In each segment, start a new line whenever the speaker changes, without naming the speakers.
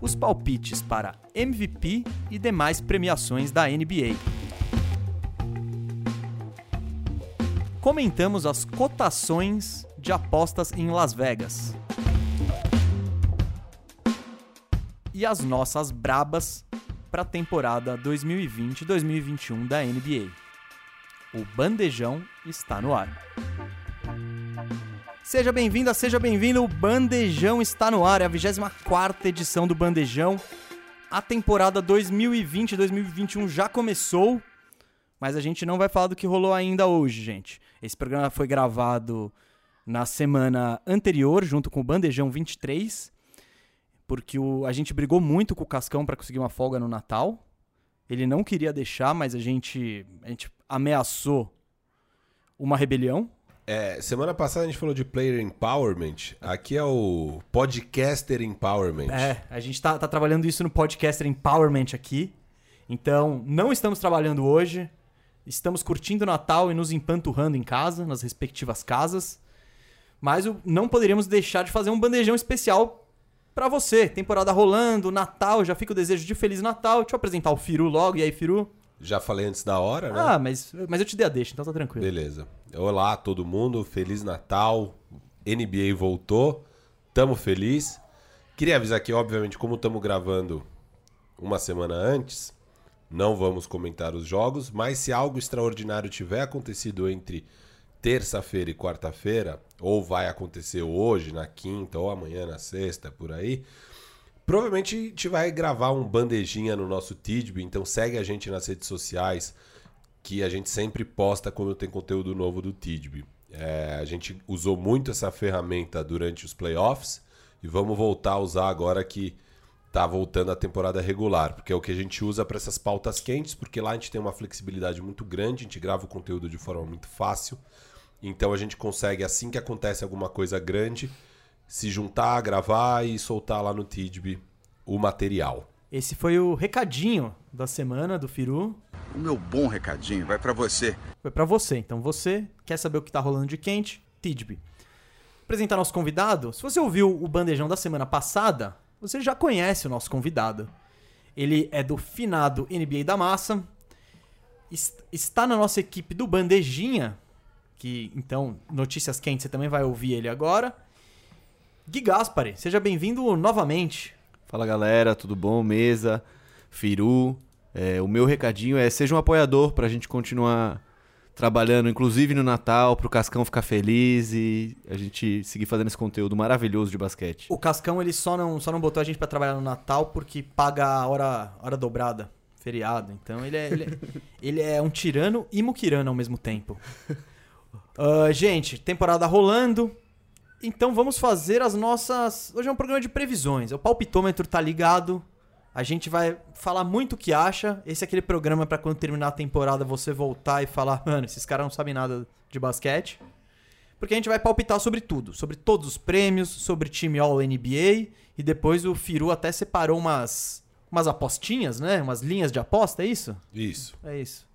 os palpites para MVP e demais premiações da NBA. Comentamos as cotações de apostas em Las Vegas. E as nossas brabas para a temporada 2020-2021 da NBA. O bandejão está no ar. Seja bem-vinda, seja bem-vindo. O Bandejão está no ar, é a 24 edição do Bandejão. A temporada 2020-2021 já começou, mas a gente não vai falar do que rolou ainda hoje, gente. Esse programa foi gravado na semana anterior, junto com o Bandejão 23, porque o- a gente brigou muito com o Cascão para conseguir uma folga no Natal. Ele não queria deixar, mas a gente, a gente ameaçou uma rebelião.
É, semana passada a gente falou de player empowerment. Aqui é o podcaster empowerment.
É, a gente tá, tá trabalhando isso no podcaster Empowerment aqui. Então, não estamos trabalhando hoje. Estamos curtindo o Natal e nos empanturrando em casa, nas respectivas casas. Mas o- não poderíamos deixar de fazer um bandejão especial pra você. Temporada rolando, Natal, já fica o desejo de Feliz Natal. Deixa eu apresentar o Firu logo. E aí, Firu?
Já falei antes da hora, né?
Ah, mas, mas eu te dei a deixa, então tá tranquilo.
Beleza. Olá todo mundo, Feliz Natal. NBA voltou, tamo feliz. Queria avisar que, obviamente, como estamos gravando uma semana antes, não vamos comentar os jogos, mas se algo extraordinário tiver acontecido entre terça-feira e quarta-feira, ou vai acontecer hoje, na quinta, ou amanhã, na sexta, por aí, Provavelmente a gente vai gravar um bandejinha no nosso Tidbe, então segue a gente nas redes sociais, que a gente sempre posta quando tem conteúdo novo do Tidbe. É, a gente usou muito essa ferramenta durante os playoffs e vamos voltar a usar agora que tá voltando a temporada regular, porque é o que a gente usa para essas pautas quentes, porque lá a gente tem uma flexibilidade muito grande, a gente grava o conteúdo de forma muito fácil. Então a gente consegue, assim que acontece alguma coisa grande, se juntar, gravar e soltar lá no Tidbe o material.
Esse foi o recadinho da semana do Firu.
O meu bom recadinho vai para você.
Foi pra você. Então você quer saber o que tá rolando de quente? Tidby. Apresentar nosso convidado. Se você ouviu o bandejão da semana passada, você já conhece o nosso convidado. Ele é do finado NBA da Massa. es- Está na nossa equipe do Bandejinha, que então notícias quentes você também vai ouvir ele agora. Gui Gaspari, seja bem-vindo novamente.
Fala galera, tudo bom? Mesa, Firu. É, o meu recadinho é seja um apoiador pra gente continuar trabalhando, inclusive no Natal, pro Cascão ficar feliz e a gente seguir fazendo esse conteúdo maravilhoso de basquete.
O Cascão ele só não, só não botou a gente pra trabalhar no Natal porque paga a hora, hora dobrada, feriado. Então ele é, ele, é- ele é um tirano e muquirano ao mesmo tempo. Ah, gente, temporada rolando. Então vamos fazer as nossas. Hoje é um programa de previsões. O palpitômetro tá ligado. A gente vai falar muito o que acha. Esse é aquele programa pra quando terminar a temporada você voltar e falar: mano, esses caras não sabem nada de basquete. Porque a gente vai palpitar sobre tudo, sobre todos os prêmios, sobre time All-NBA, e depois o Firu até separou umas, umas apostinhas, né? Umas linhas de aposta, é isso?
Isso.
É isso.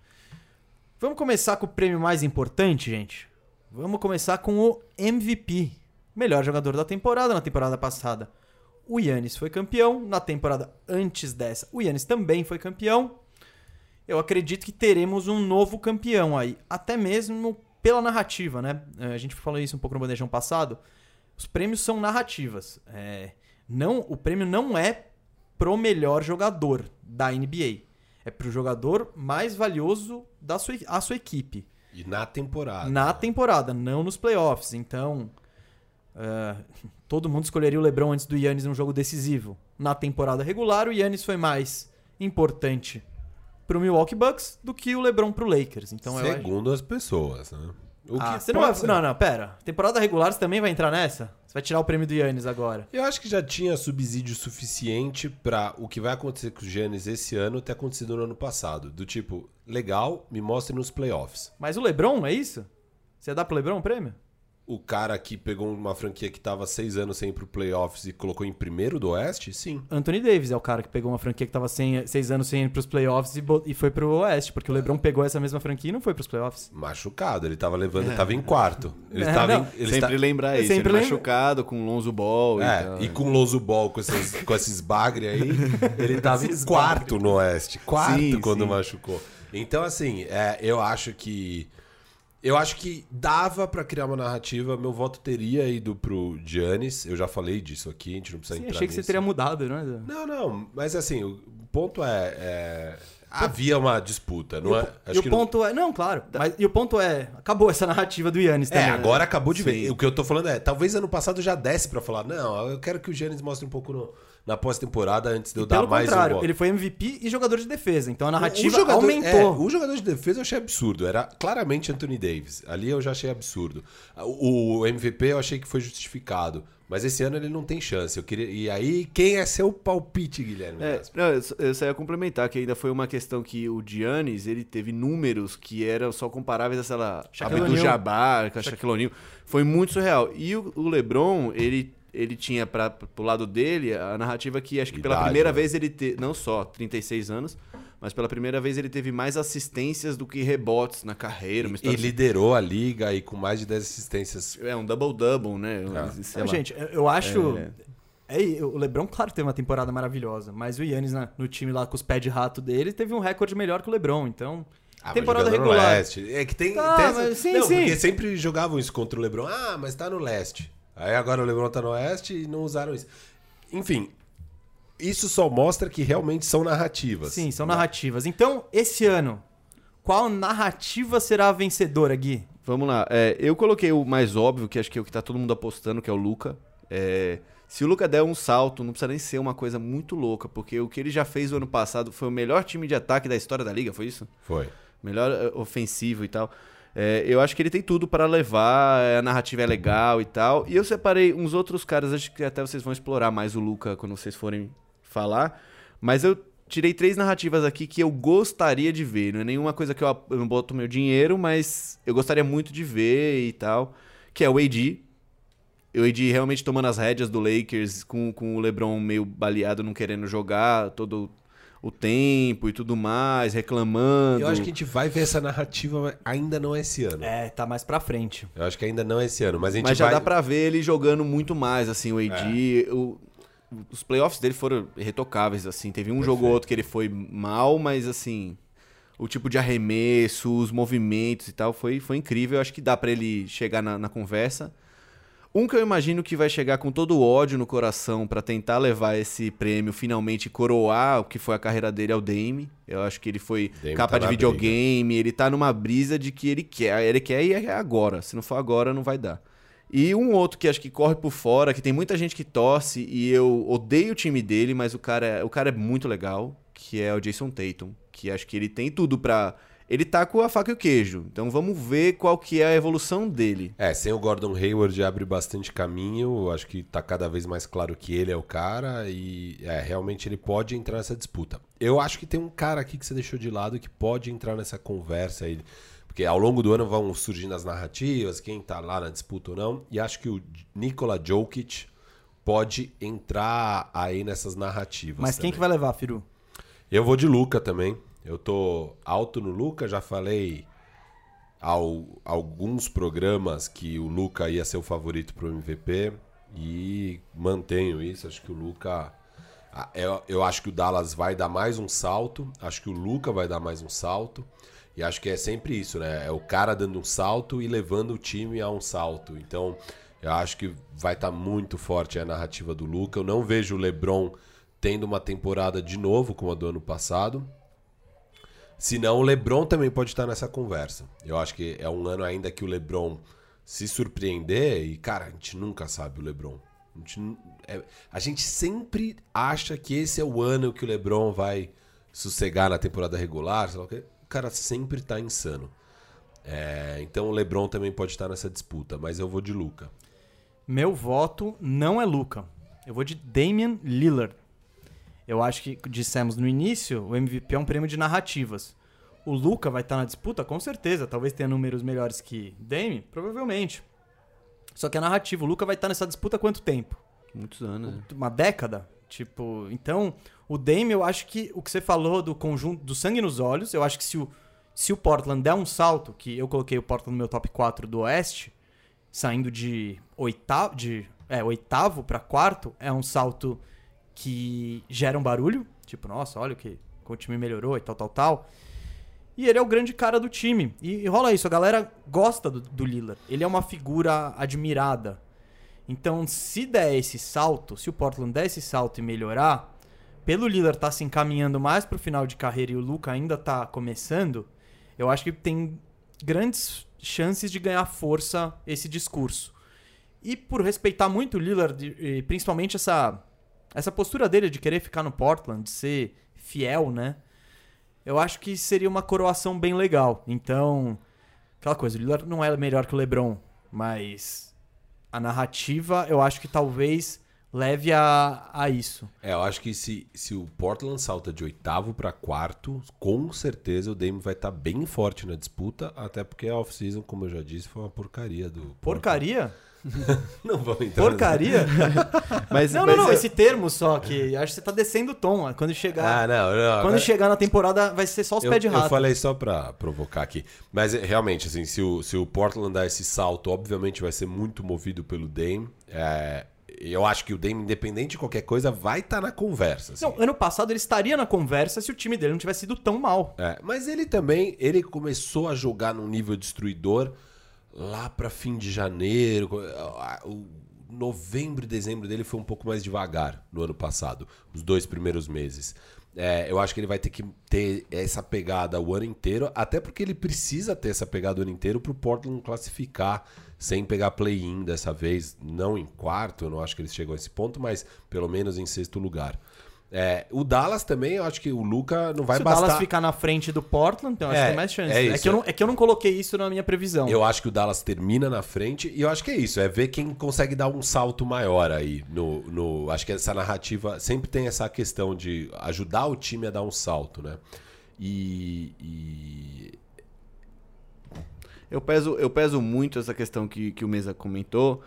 Vamos começar com o prêmio mais importante, gente. Vamos começar com o MVP. Melhor jogador da temporada na temporada passada. O Yannis foi campeão. Na temporada antes dessa, o Yannis também foi campeão. Eu acredito que teremos um novo campeão aí. Até mesmo pela narrativa, né? Eh, A gente falou isso um pouco no bandejão passado. Os prêmios são narrativas. É, não, o prêmio não é pro melhor jogador da NBA. É pro jogador mais valioso da sua, a sua equipe.
E na temporada.
Na temporada, não nos playoffs. Então, ah, todo mundo escolheria o LeBron antes do Yannis num jogo decisivo. Na temporada regular, o Yannis foi mais importante pro Milwaukee Bucks do que o LeBron pro Lakers. Então, eu acho...
Segundo as pessoas, né? O
Ah,
que
você não, vai...
pode ser.
não, não, pera. Temporada regular você também vai entrar nessa? Você vai tirar o prêmio do Yannis agora.
Eu acho que já tinha subsídio suficiente pra o que vai acontecer com o Giannis esse ano ter acontecido no ano passado. Do tipo, legal, me mostre nos playoffs.
Mas o LeBron, é isso? Você dá pro LeBron o prêmio?
o cara que pegou uma franquia que tava seis anos sem ir pro playoffs e colocou em primeiro do Oeste? Sim.
Anthony Davis é o cara que pegou uma franquia que tava sem, seis anos sem ir pros playoffs e, bo- e foi pro Oeste, porque o
É.
LeBron pegou essa mesma franquia e não foi pros playoffs.
Machucado, ele tava levando, ele tava em quarto. Ele
É,
tava
não.
em, ele tá-
sempre
ta-
lembrar
Eu
isso.
sempre
ele
lembro.
machucado com Lonzo Ball. então. e tal.
É,
né?
e com o Lonzo Ball, com esses, com esses bagre aí, ele tava em
Esses
quarto no Oeste. Quarto
Sim,
quando
sim.
machucou. Então, assim, é, eu acho que. Eu acho que dava pra criar uma narrativa. Meu voto teria ido pro Giannis. Eu já falei disso aqui, a gente não precisa
Sim,
entrar
achei que você
nisso.
teria mudado, né?
Não, é? não, mas assim, o ponto é. é, havia uma disputa, não
e
é?
o, e o
não-
ponto é. Não, claro. Mas, e o ponto é. Acabou essa narrativa do Yannis
É,
também. né?
agora acabou de ver. O que eu tô falando é, talvez ano passado já desse pra falar, não, eu quero que o Giannis mostre um pouco no- na pós-temporada antes de eu dar
Pelo
mais um
contrário,
voto.
ele foi MVP e jogador de defesa. Então a
O- o
narrativa
jogador-
aumentou.
é, o jogador de defesa eu achei absurdo. Era claramente Anthony Davis. Ali eu já achei absurdo. O, o MVP eu achei que foi justificado. Mas esse ano ele não tem chance. Eu queria... E aí, quem é seu palpite, Guilherme?
É,
Gaspa?
não, eu, só- eu só ia complementar que ainda foi uma questão que o Giannis, ele teve números que eram só comparáveis a, sei lá,
Shaquille
Abdul
O'Neal.
Jabbar, com a Shaquille O'Neal. Foi muito surreal. E o, o LeBron, ele, ele tinha pra, pro lado dele a narrativa que acho que pela
Idade,
primeira
né?
vez ele teve, não só 36 anos, mas pela primeira vez ele teve mais assistências do que rebotes na carreira. Uma
E
história
liderou a liga e com mais de 10 assistências.
assim. É um double-double, né? Sei
Não,
lá.
gente, eu- eu acho. É, e o LeBron, claro, teve uma temporada maravilhosa, mas o Yannis na- no time lá com os pés de rato dele teve um recorde melhor que o LeBron, então.
Ah, mas
temporada
jogador no
regular.
Leste. É que tem.
Tá,
tem essa-
mas sim,
não,
sim.
porque sempre jogavam isso contra o Lebron. Ah, mas tá no leste. Aí agora o Lebron tá no oeste e não usaram isso. Enfim, isso só mostra que realmente são narrativas.
Sim, são narrativas. Então, esse ano, qual narrativa será a vencedora, Gui?
Vamos lá. É, eu coloquei o mais óbvio, que acho que é o que tá todo mundo apostando, que é o Luca. É, se o Luca der um salto, não precisa nem ser uma coisa muito louca, porque o que ele já fez o ano passado foi o melhor time de ataque da história da liga, foi isso?
Foi.
Melhor eh, ofensivo e tal. É, eu acho que ele tem tudo para levar, eh, a narrativa é legal e tal. E eu separei uns outros caras, acho que até vocês vão explorar mais o Luca quando vocês forem falar. Mas eu tirei três narrativas aqui que eu gostaria de ver. Não é nenhuma coisa que eu, ap- eu não boto meu dinheiro, mas eu gostaria muito de ver e tal. Que é o AD. O AD realmente tomando as rédeas do Lakers, com, com o LeBron meio baleado, não querendo jogar todo o tempo e tudo mais, reclamando.
Eu acho que a gente vai ver essa narrativa mas ainda não é esse ano.
É, tá mais pra frente.
Eu acho que ainda não é esse ano, mas a gente
Mas já
vai... É.
dá pra ver ele jogando muito mais, assim, o AD. o- os playoffs dele foram retocáveis, assim. Teve um jogo ou outro que ele foi mal, mas, assim, o tipo de arremesso, os movimentos e tal, foi, foi incrível. Eu acho que dá pra ele chegar na, na conversa. Um que eu imagino que vai chegar com todo o ódio no coração pra tentar levar esse prêmio, finalmente coroar o que foi a carreira dele, é o Dame. Eu acho que ele foi
Dame
capa
tá
de
na
videogame, ele tá numa brisa de que ele quer, ele quer e é agora. Se não for agora, não vai dar. E um outro que acho que corre por fora, que tem muita gente que torce e eu odeio o time dele, mas o cara, é- o cara é muito legal, que é o Jason Tatum, que acho que ele tem tudo pra ele tá com a faca e o queijo. Então vamos ver qual que é a evolução dele.
É, sem o Gordon Hayward abre bastante caminho. eu Acho que tá cada vez mais claro que ele é o cara e é, realmente ele pode entrar nessa disputa. Eu acho que tem um cara aqui que você deixou de lado que pode entrar nessa conversa aí. Porque ao longo do ano vão surgindo as narrativas, quem tá lá na disputa ou não. E acho que o Nikola Jokic pode entrar aí nessas narrativas.
Mas quem
também.
que vai levar, Firu?
Eu vou de Luca também. Eu tô alto no Luca, já falei ao- alguns programas que o Luca ia ser o favorito pro MVP e mantenho isso. Acho que o Luca. a- Eu, eu acho que o Dallas vai dar mais um salto. Acho que o Luca vai dar mais um salto. E acho que é sempre isso, né? É o cara dando um salto e levando o time a um salto. Então, eu acho que vai estar muito forte a narrativa do Luca. Eu não vejo o LeBron tendo uma temporada de novo como a do ano passado. Senão o LeBron também pode estar nessa conversa. Eu acho que é um ano ainda que o LeBron se surpreender e, cara, a gente nunca sabe o LeBron. A gente, nu- é- a gente sempre acha que esse é o ano que o LeBron vai sossegar na temporada regular. Sei lá, o quê. o cara sempre tá insano. É, então o LeBron também pode estar nessa disputa, mas eu vou de Luca.
Meu voto não é Luca. Eu vou de Damian Lillard. Eu acho que dissemos no início, o MVP é um prêmio de narrativas. O tá Luca vai estar na disputa, com certeza. Talvez tenha números melhores que Dame, provavelmente. Só que é narrativo. O Luca vai estar nessa disputa há quanto tempo?
Muitos anos. né?
Uma década? Tipo, então, o Dame, eu acho que o que você falou do conjunto do sangue nos olhos, eu acho que se o, se o Portland der um salto, que eu coloquei o Portland no meu top 4 do Oeste, saindo de oitavo, de, é, oitavo para quarto, é um salto que gera um barulho, tipo, nossa, olha o que como o time melhorou e tal, tal, tal. E ele é o grande cara do time. E, e rola isso, a galera gosta do, do Lillard. Ele é uma figura admirada. Então, se der esse salto, se o Portland der esse salto e melhorar, pelo Lillard tá se encaminhando mais pro final de carreira e o Luca ainda tá começando, eu acho que tem grandes chances de ganhar força esse discurso. E por respeitar muito o Lillard, e e principalmente essa, essa postura dele de querer ficar no Portland, de ser fiel, né? Eu acho que seria uma coroação bem legal. Então, aquela coisa, o Lillard não é melhor que o LeBron, mas a narrativa eu acho que talvez leve a, a isso.
É, eu acho que se, se o Portland salta de oitavo pra quarto, com certeza o Dame vai estar bem forte na disputa, até porque a off-season, como eu já disse, foi uma porcaria do. Portland.
Porcaria?
Não vamos entrar. nessa-
Porcaria?
Mas,
não, não,
mas
não,
é-
esse termo só que acho que você tá descendo o tom. ó. Quando chegar,
Ah, não, não.
quando
agora-
chegar na temporada vai ser só os
eu,
pés de
eu
rato.
falei só pra provocar aqui. Mas é, realmente, assim, se o, se o Portland dar esse salto, obviamente vai ser muito movido pelo Dame. É, eu acho que o Dame, independente de qualquer coisa, vai estar na conversa. assim.
Não, ano passado ele estaria na conversa se o time dele não tivesse sido tão mal.
É, mas ele também, ele começou a jogar num nível destruidor lá pra fim de janeiro. co- a- O novembro e dezembro dele foi um pouco mais devagar no ano passado, os dois primeiros meses. É, eu acho que ele vai ter que ter essa pegada o ano inteiro, até porque ele precisa ter essa pegada o ano inteiro pro Portland classificar sem pegar play-in dessa vez, não em quarto, eu não acho que eles chegam a esse ponto, mas pelo menos em sexto lugar. É, o Dallas também, eu acho que o Luca não vai
se o
bastar.
Dallas ficar na frente do Portland, então acho
É,
que tem mais chance.
é
É,
isso.
que eu não, é que eu não coloquei isso na minha previsão.
Eu acho que o Dallas termina na frente e eu acho que é isso, é ver quem consegue dar um salto maior aí no, no acho que essa narrativa sempre tem essa questão de ajudar o time a dar um salto, né? E, e-
Eu peso, eu peso muito essa questão que, que o Mesa comentou,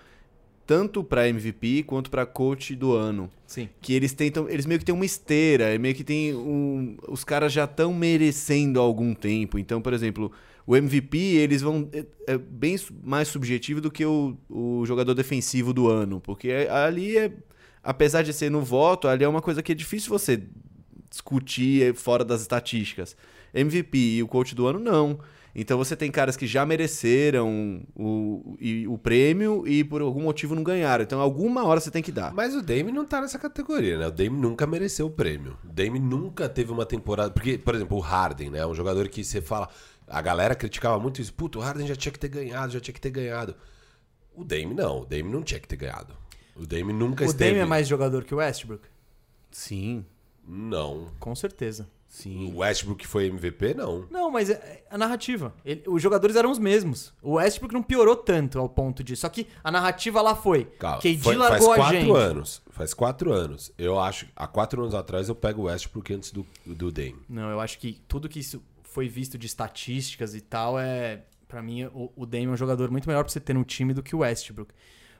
tanto pra MVP quanto pra coach do ano.
Sim.
Que eles tentam, eles meio que têm uma esteira, e meio que tem um, os caras já estão merecendo há algum tempo. Então, por exemplo, o MVP eles vão é, é bem su- mais subjetivo do que o, o jogador defensivo do ano, porque é- ali é, apesar de ser no voto, ali é uma coisa que é difícil você discutir é, fora das estatísticas. MVP e o coach do ano, não. Então você tem caras que já mereceram o, e- o prêmio e por algum motivo não ganharam. Então alguma hora você tem que dar.
mas o Dame não tá nessa categoria, né? O Dame nunca mereceu o prêmio. O Dame nunca teve uma temporada, porque por exemplo, o Harden, né, é um jogador que você fala, a galera criticava muito isso, puto, o Harden já tinha que ter ganhado, já tinha que ter ganhado. O Dame não, o Dame não tinha que ter ganhado. O Dame nunca
O
esteve
Dame é mais jogador que o Westbrook?
Sim,
Não.
Com certeza.
sim.
O Westbrook foi MVP, não.
Não, mas é- é a narrativa. Ele- os jogadores eram os mesmos. O Westbrook não piorou tanto ao ponto disso. Só que a narrativa lá foi.
Calma,
KD
foi- faz
largou a
quatro
gente.
anos. Faz quatro anos. Eu acho. Há quatro anos atrás eu pego o Westbrook antes do, do Dame.
Não, eu acho que tudo que isso foi visto de estatísticas e tal é. Pra mim, o, o Dame é um jogador muito melhor pra você ter no time do que o Westbrook.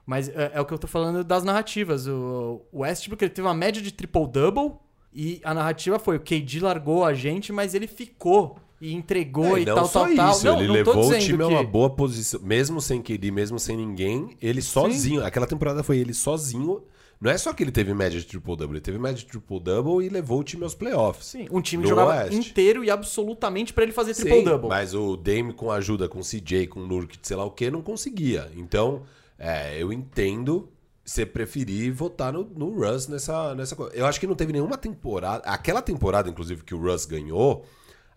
Mas é, é o que eu tô falando das narrativas. O, o Westbrook ele teve uma média de triple-double e a narrativa foi: o KD largou a gente, mas ele ficou e entregou
É,
e tal, tal, tal. Não,
ele
não tô
levou o
dizendo
time a
que...
uma boa posição. Mesmo sem KD, mesmo sem ninguém, ele sozinho. Aquela temporada foi ele sozinho. Não é só que ele teve média de triple-double, ele teve média de triple-double e levou o time aos playoffs.
Sim, um time
No
que jogava
Oeste.
inteiro e absolutamente pra ele fazer
Sim,
triple-double.
Mas o Dame com ajuda, com CJ, com Nurkic, sei lá o que, não conseguia. Então, é, eu entendo você preferir votar no, no Russ nessa, nessa coisa. Eu acho que não teve nenhuma temporada. Aquela temporada, inclusive, que o Russ ganhou.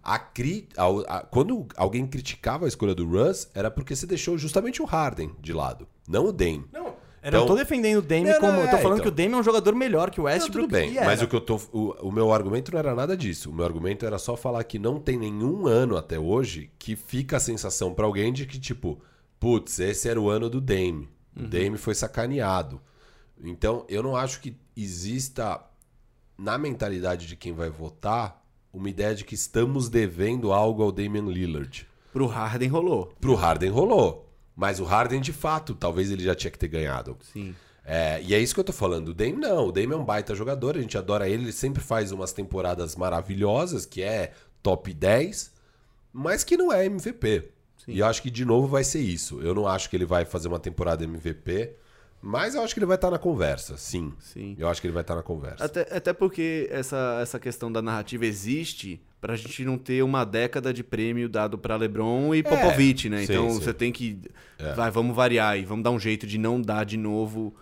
A cri, ao- a- quando alguém criticava a escolha do Russ, era porque você deixou justamente o Harden de lado, não o Dame.
Não, eu
Então-
não tô defendendo o Dame
Não, não,
como. eu tô
é,
falando
então.
que o Dame é um jogador melhor que o
Não,
Westbrook.
tudo bem, é.
e era.
mas o que eu tô. O, o meu argumento não era nada disso. O meu argumento era só falar que não tem nenhum ano até hoje que fica a sensação pra alguém de que, tipo, putz, esse era o ano do Dame. O Dame foi sacaneado. Então, eu não acho que exista na mentalidade de quem vai votar uma ideia de que estamos devendo algo ao Damian Lillard.
Pro Harden rolou.
Pro Harden rolou. Mas o Harden, de fato, talvez ele já tinha que ter ganhado.
Sim.
É, e é isso que eu tô falando. O Dame não. O Dame é um baita jogador, a gente adora ele. Ele sempre faz umas temporadas maravilhosas, que é top 10, mas que não é MVP. E eu acho que de novo vai ser isso. Eu não acho que ele vai fazer uma temporada MVP, mas eu acho que ele vai estar na conversa, sim.
Sim.
Eu acho que ele vai estar na conversa.
Até, até porque essa, essa questão da narrativa existe pra gente não ter uma década de prêmio dado pra LeBron e Popovich, né?
É, sim,
então
sim. É.
você tem que vai, vamos variar e vamos dar um jeito de não dar de novo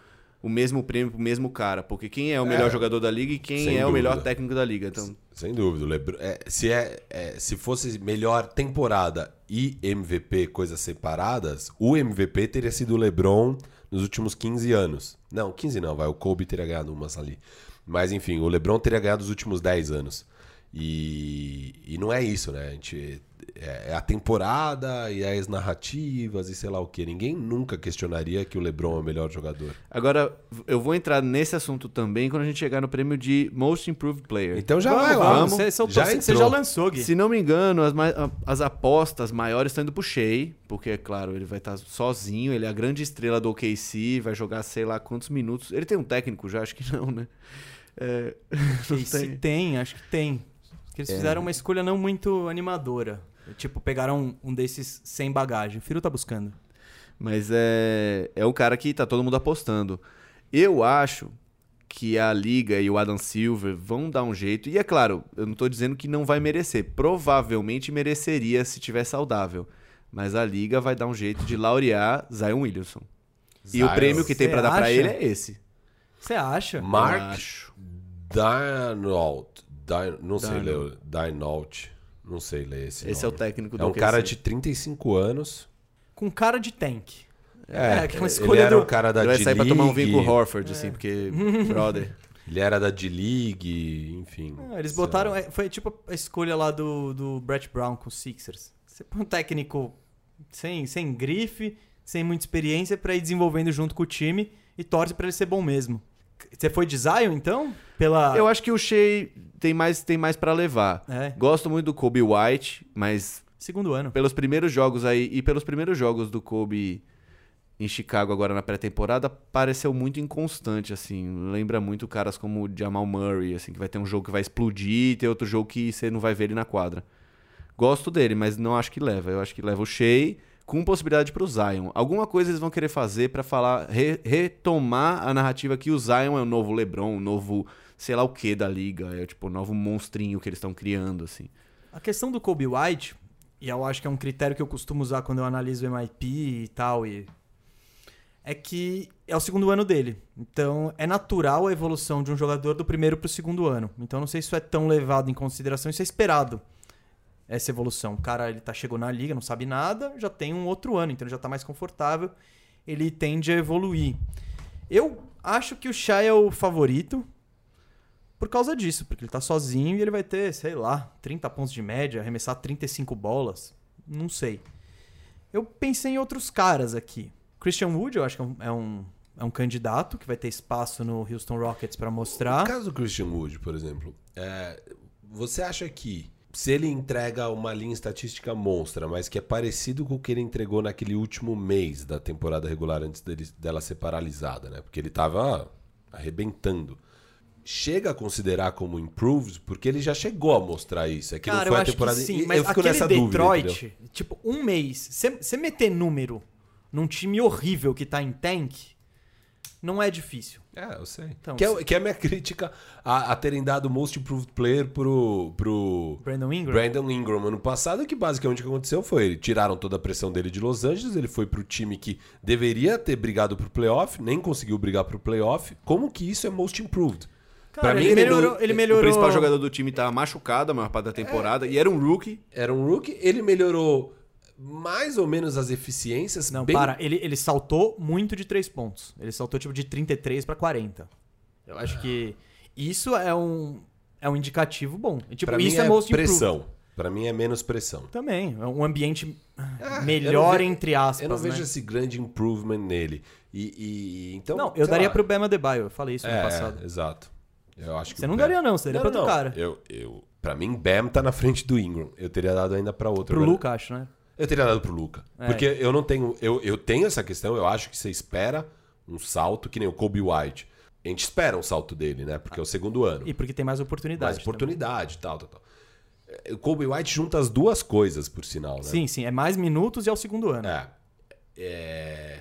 o mesmo prêmio pro mesmo cara, porque quem é o melhor jogador da liga e quem
Sem
é o melhor
dúvida.
técnico da liga. Então,
Sem dúvida. o Lebron- é, se, é, é, se fosse melhor temporada e MVP, coisas separadas, o MVP teria sido o LeBron nos últimos 15 anos. Não, 15 não, vai. O Kobe teria ganhado umas ali. Mas enfim, o LeBron teria ganhado os últimos 10 anos. E, e não é isso, né? A gente, é, é a temporada e as narrativas e sei lá o que. Ninguém nunca questionaria que o LeBron é o melhor jogador.
agora eu vou entrar nesse assunto também quando a gente chegar no prêmio de Most Improved Player.
Então já
Vamos,
vai lá.
vamos. Você, soltou-
já
você- você já
entrou.
lançou, Gui.
Se não me engano, as, mai- a- as apostas maiores estão indo pro Shea, porque, é claro, ele vai estar sozinho, ele é a grande estrela do OKC, vai jogar sei lá quantos minutos. Ele tem um técnico já? Acho que não, né? É, não
E se
tem.
tem, acho que tem. Que
É.
eles fizeram uma escolha não muito animadora. Tipo, pegaram um, um desses sem bagagem. O Firu tá buscando.
Mas é, é um cara que tá todo mundo apostando. Eu acho que a Liga e o Adam Silver vão dar um jeito. E é claro, eu não tô dizendo que não vai merecer. Provavelmente mereceria se tiver saudável. Mas a Liga vai dar um jeito de laurear Zion Williamson. E o
Zion.
prêmio que tem pra
Cê
dar pra
acha?
ele é esse.
Você acha?
Eu
Mark
acho.
Dynault. Dyn- Não sei
Dynault.
ler. o- Dynault. Não sei ler esse.
Esse é o
nome.
técnico do
É um
OKC.
cara de 35 anos.
Com cara de tank.
É,
que é uma
ele
escolha
era
do-
um cara da
Ele vai sair pra tomar um vinho com o
D-League.
Horford, assim, porque, brother...
Ele era da D-League, enfim.
Ah, eles
sei
botaram.
lá.
é, Foi tipo a escolha lá do, do Brett Brown com o Sixers. Você põe um técnico sem, sem grife, sem muita experiência, pra ir desenvolvendo junto com o time e torce pra ele ser bom mesmo. Você foi de Zion, então?
Ah.
Pela.
Eu acho que o Shea tem mais, tem mais para levar.
É.
Gosto muito do Kobe White, mas
Segundo ano.
pelos primeiros jogos aí e pelos primeiros jogos do Kobe em Chicago agora na pré-temporada pareceu muito inconstante assim, lembra muito caras como o Jamal Murray, assim, que vai ter um jogo que vai explodir e ter outro jogo que você não vai ver ele na quadra. Gosto dele, mas não acho que leva. Eu acho que leva o Shea com possibilidade pro Zion. Alguma coisa eles vão querer fazer pra falar re- retomar a narrativa que o Zion é o novo LeBron, o novo, sei lá o que da liga, é tipo o novo monstrinho que eles estão criando assim.
A questão do Kobe White, e eu acho que é um critério que eu costumo usar quando eu analiso o MIP e tal, e é que é o segundo ano dele. Então é natural a evolução de um jogador do primeiro pro segundo ano. Então não sei se isso é tão levado em consideração, isso é esperado. Essa evolução. O cara ele tá, chegou na liga, não sabe nada, já tem um outro ano, então ele já tá mais confortável. Ele tende a evoluir. Eu acho que o Shai é o favorito por causa disso, porque ele tá sozinho e ele vai ter, sei lá, 30 pontos de média, arremessar 35 bolas, não sei. Eu pensei em outros caras aqui. Christian Wood, eu acho que é um, é um, é um candidato que vai ter espaço no Houston Rockets pra
No
mostrar.
caso do Christian Wood, por exemplo, é, você acha que se ele entrega uma linha estatística monstra, mas que é parecido com o que ele entregou naquele último mês da temporada regular antes dele, dela ser paralisada, né? Porque ele tava arrebentando. Chega a considerar como improved, porque ele já chegou a mostrar isso. É que não
Cara,
foi
eu
a
acho que
temporada.
sim,
e-
mas
eu fico
aquele
nessa
Detroit,
dúvida. entendeu?
tipo, um mês, você meter número num time horrível que tá em tank, não é difícil.
É, eu sei.
Então,
que,
se-
é, que é a minha crítica a, a terem dado o Most Improved Player pro, pro
Brandon Ingram?
Brandon Ingram ano passado, que basicamente o que aconteceu foi, ele tiraram toda a pressão dele de Los Angeles, ele foi pro time que deveria ter brigado pro playoff, nem conseguiu brigar pro playoff. Como que isso é Most Improved?
Cara,
pra mim,
ele
ele é
melhorou,
não-
ele melhorou.
O principal jogador do time tá machucado a maior parte da temporada e era um rookie.
Era um rookie, ele melhorou mais ou menos as eficiências.
Não,
bem-
para. Ele, ele saltou muito de três pontos. Ele saltou tipo de 33 pra 40. Eu acho que isso é um é um indicativo bom. E, tipo,
Pra
isso
mim
é, most improved.
pressão. Pra mim é menos pressão.
Também. É um ambiente
Ah,
melhor,
eu não ve-
entre aspas.
Eu não vejo
né?
esse grande improvement nele. E, e- então,
Não, eu
sei
daria
lá.
pro Bema Debaio. Eu falei isso
É,
no passado.
exato. Eu acho que
Você
o
não
Bam-
daria não, você daria pra outro cara.
Eu, eu, pra mim, Bam tá na frente do Ingram. Eu teria dado ainda pra outro.
Pro
agora.
Luca, acho, né?
Eu teria dado pro Luca.
É.
Porque eu não tenho. Eu, eu tenho essa questão, eu acho que você espera um salto, que nem o Kobe White. A gente espera um salto dele, né? Porque é o segundo ano.
E porque tem mais oportunidade.
Mais oportunidade e tal, tal, tal. É, O Kobe White junta as duas coisas, por sinal, né?
também. Sim, sim. É mais minutos e é o segundo ano.
É. É,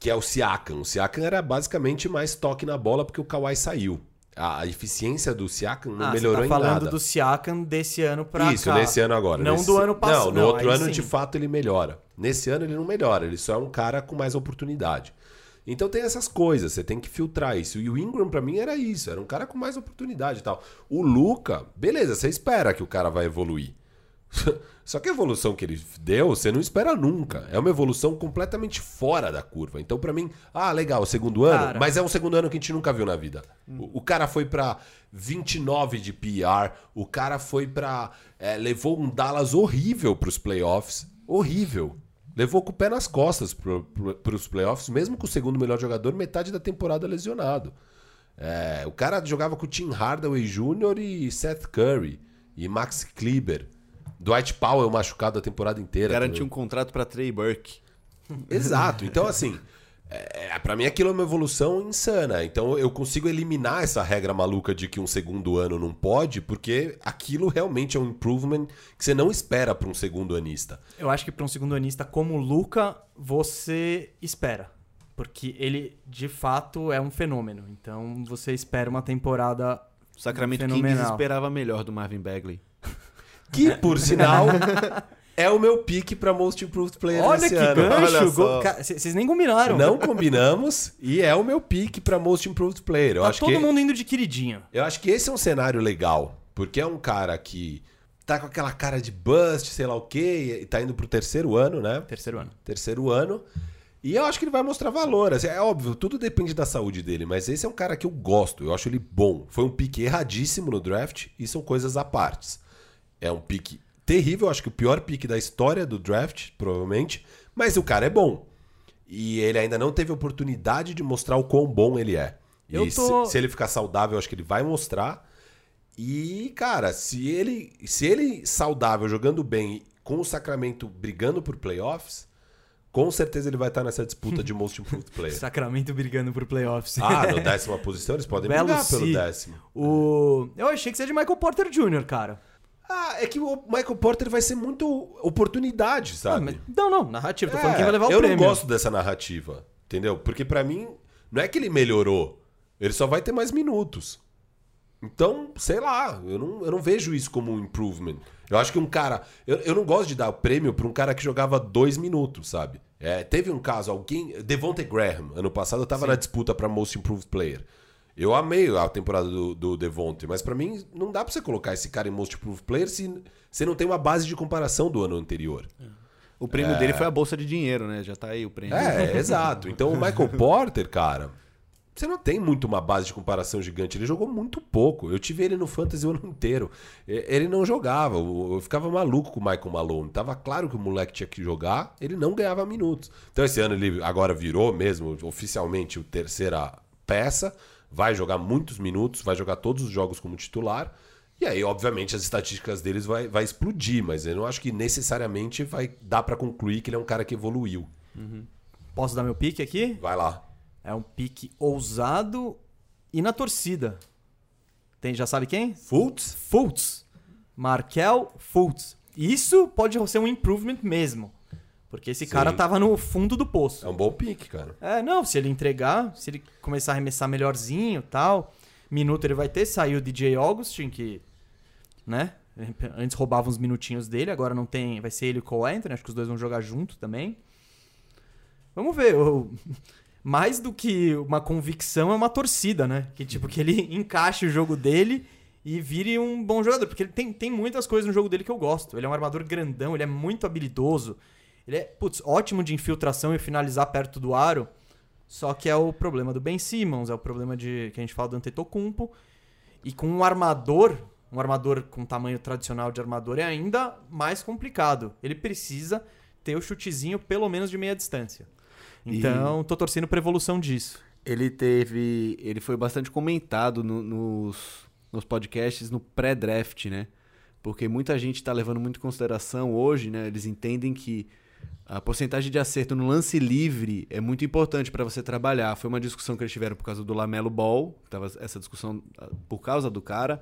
Que é o Siakam. O Siakam era basicamente mais toque na bola porque o Kawhi saiu. A a eficiência do Siakam não
Ah,
melhorou
você tá
em
falando
nada.
do Siakam desse ano pra
Isso,
cá.
nesse ano agora.
Não
Nesse-
do ano passado.
Não, no outro
aí
ano,
sim.
de fato, ele melhora. Nesse ano, ele não melhora. Ele só é um cara com mais oportunidade. Então tem essas coisas, você tem que filtrar isso. E o Ingram, pra mim, era isso. Era um cara com mais oportunidade e tal. O Luca, beleza, você espera que o cara vai evoluir. Só que a evolução que ele deu, você não espera nunca. É uma evolução completamente fora da curva. Então, pra mim, ah, legal, segundo ano,
Cara.
mas é um segundo ano que a gente nunca viu na vida. O, o cara foi pra 29 de PR, o cara foi pra. é, levou um Dallas horrível pros playoffs. Horrível. Levou com o pé nas costas pro, pro, pros playoffs, mesmo com o segundo melhor jogador, metade da temporada lesionado. É, o cara jogava com o Tim Hardaway Jr. e Seth Curry e Max Kleber. Dwight Powell machucado a temporada inteira.
Garantiu um contrato pra Trey Burke.
um-
Exato. Então, assim, é, é, para mim aquilo é uma evolução insana. Então, eu consigo eliminar essa regra maluca de que um segundo ano não pode, porque aquilo realmente é um improvement que você não espera para um segundo anista.
Eu acho que pra um segundo anista como o Luca, você espera. Porque ele, de fato, é um fenômeno. Então você espera uma temporada.
Sacramento Kings
Fenomenal.
esperava melhor do Marvin Bagley.
Que, por sinal, é o meu pique para Most Improved Player
Olha
desse
que
ano.
gancho!
só.
go- Ca- c- Vocês nem combinaram.
Não combinamos e é o meu pique para Most Improved Player. Eu
Tá
acho
todo
que
mundo indo de queridinho.
Eu acho que esse é um cenário legal, porque é um cara que tá com aquela cara de bust, sei lá o quê, e tá indo pro terceiro ano, né?
Terceiro ano.
Terceiro ano. E eu acho que ele vai mostrar valor. assim, é óbvio, tudo depende da saúde dele, mas esse é um cara que eu gosto, eu acho ele bom. Foi um pique erradíssimo no draft e são coisas à parte. É um pique terrível, acho que o pior pique da história do draft, provavelmente, mas o cara é bom. E ele ainda não teve oportunidade de mostrar o quão bom ele é. E
Eu tô-
se, se ele ficar saudável, eu acho que ele vai mostrar. E, cara, se ele, se ele saudável, jogando bem, com o Sacramento brigando por playoffs, com certeza ele vai estar nessa disputa de Most Improved Player.
Sacramento brigando por playoffs.
É. ah, no décima posição, eles podem
Belo
brigar pelo
se.
décimo.
O... Eu achei que seria de Michael Porter Jr., cara.
Ah, é que o Michael Porter vai ser muito oportunidade,
Ah,
sabe?
mas- Não, não, narrativa. Tô tá falando
É,
quem vai levar o
eu
prêmio.
não gosto dessa narrativa, entendeu? Porque pra mim, não é que ele melhorou, ele só vai ter mais minutos. Então, sei lá, eu não, eu não vejo isso como um improvement. Eu acho que um cara. Eu, eu não gosto de dar o prêmio pra um cara que jogava dois minutos, sabe? É, teve um caso, alguém. Devontae Graham, ano passado, eu tava na disputa pra Most Improved Player. Eu amei a temporada do, do Devontae, mas pra mim não dá pra você colocar esse cara em Most Improved Player se você não tem uma base de comparação do ano anterior.
O prêmio dele foi a bolsa de dinheiro, né? Já tá aí o prêmio.
É, exato. Então o Michael Porter, cara, você não tem muito uma base de comparação gigante. Ele jogou muito pouco. Eu tive ele no Fantasy o ano inteiro. E- Ele não jogava. Eu eu ficava maluco com o Michael Malone. Tava claro que o moleque tinha que jogar. Ele não ganhava minutos. Então esse ano ele agora virou mesmo, oficialmente, o terceira peça. Vai jogar muitos minutos, vai jogar todos os jogos como titular. E aí, obviamente, as estatísticas deles vai, vai explodir, mas eu não acho que necessariamente vai dar pra concluir que ele é um cara que evoluiu.
Posso dar meu pique aqui?
Vai lá.
É um pique ousado e na torcida. Tem, já sabe quem?
Fultz?
Fultz. Markel Fultz. Isso pode ser um improvement mesmo. Porque esse cara tava no fundo do poço.
É um bom pique, cara.
É, não, se ele entregar, se ele começar a arremessar melhorzinho tal, minuto ele vai ter, saiu o DJ Augustin, que, né, antes roubava uns minutinhos dele, agora não tem, vai ser ele e o Cole Anthony, acho que os dois vão jogar junto também. Vamos ver, o- mais do que uma convicção é uma torcida, né, que tipo, que ele encaixe o jogo dele e vire um bom jogador, porque ele tem, tem muitas coisas no jogo dele que eu gosto, ele é um armador grandão, ele é muito habilidoso, ele é, putz, ótimo de infiltração e finalizar perto do aro, só que é o problema do Ben Simmons, é o problema de que a gente fala do Antetokounmpo. E com um armador, um armador com tamanho tradicional de armador é ainda mais complicado. Ele precisa ter o chutezinho pelo menos de meia distância. Então, tô torcendo pra evolução disso.
Ele teve. Ele foi bastante comentado no- nos, nos podcasts no pré-draft, né? porque muita gente está levando muito em consideração hoje, né? Eles entendem que a porcentagem de acerto no lance livre é muito importante para você trabalhar. Foi uma discussão que eles tiveram por causa do Lamelo Ball, que tava essa discussão ah, por causa do cara.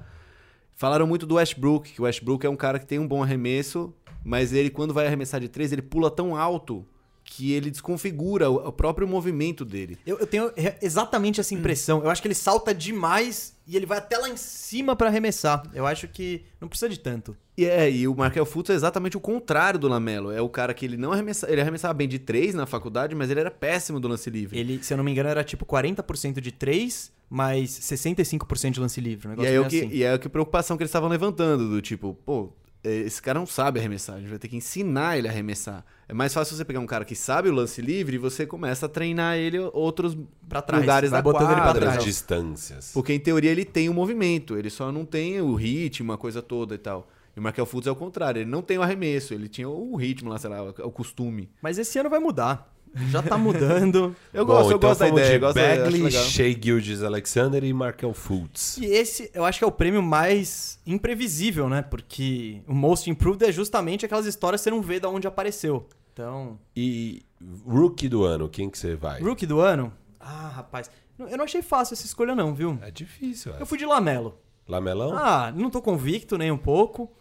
Falaram muito do Westbrook, que o Westbrook é um cara que tem um bom arremesso, mas ele quando vai arremessar de três, ele pula tão alto que ele desconfigura o o próprio movimento dele.
Eu, eu tenho re- exatamente essa impressão. Eu acho que ele salta demais e ele vai até lá em cima pra arremessar. Eu acho que não precisa de tanto.
E é, e o Markel Fultz é exatamente o contrário do Lamelo. É o cara que ele não arremessa, ele arremessava bem de três na faculdade, mas ele era péssimo do lance livre.
Ele, se eu não me engano, era tipo 40% de 3, mas 65% de lance livre. Um
E
negócio
aí, é o
meio
que,
assim.
e é o que preocupação que eles estavam levantando, do tipo, pô, eh, esse cara não sabe arremessar, a gente vai ter que ensinar ele a arremessar. É mais fácil você pegar um cara que sabe o lance livre e você começa a treinar ele outros
Pra trás,
lugares
vai
da
botando ele pra
quadra,
trás.
Outras
né?
distâncias.
Porque em teoria ele tem o movimento, ele só não tem o ritmo, a coisa toda e tal. E o Markel Fultz é o contrário, ele não tem o arremesso, ele tinha o ritmo lá, sei lá, o costume.
Mas esse ano vai mudar. Já tá mudando.
Eu
Bom,
gosto, eu
então
gosto da
fomos
ideia,
de
eu gosto da ideia, acho
Bagley,
legal.
Shea Gildes Alexander e Markel Fultz.
E esse eu acho que é o prêmio mais imprevisível, né? Porque o Most Improved é justamente aquelas histórias que você não vê de onde apareceu. Então,
E rookie do ano, quem que você vai?
rookie do ano? Ah, rapaz. não- Eu não achei fácil essa escolha, não, viu?
É difícil.
Eu
Essa.
fui de Lamelo.
Lamelão?
Ah, não tô convicto nem um pouco.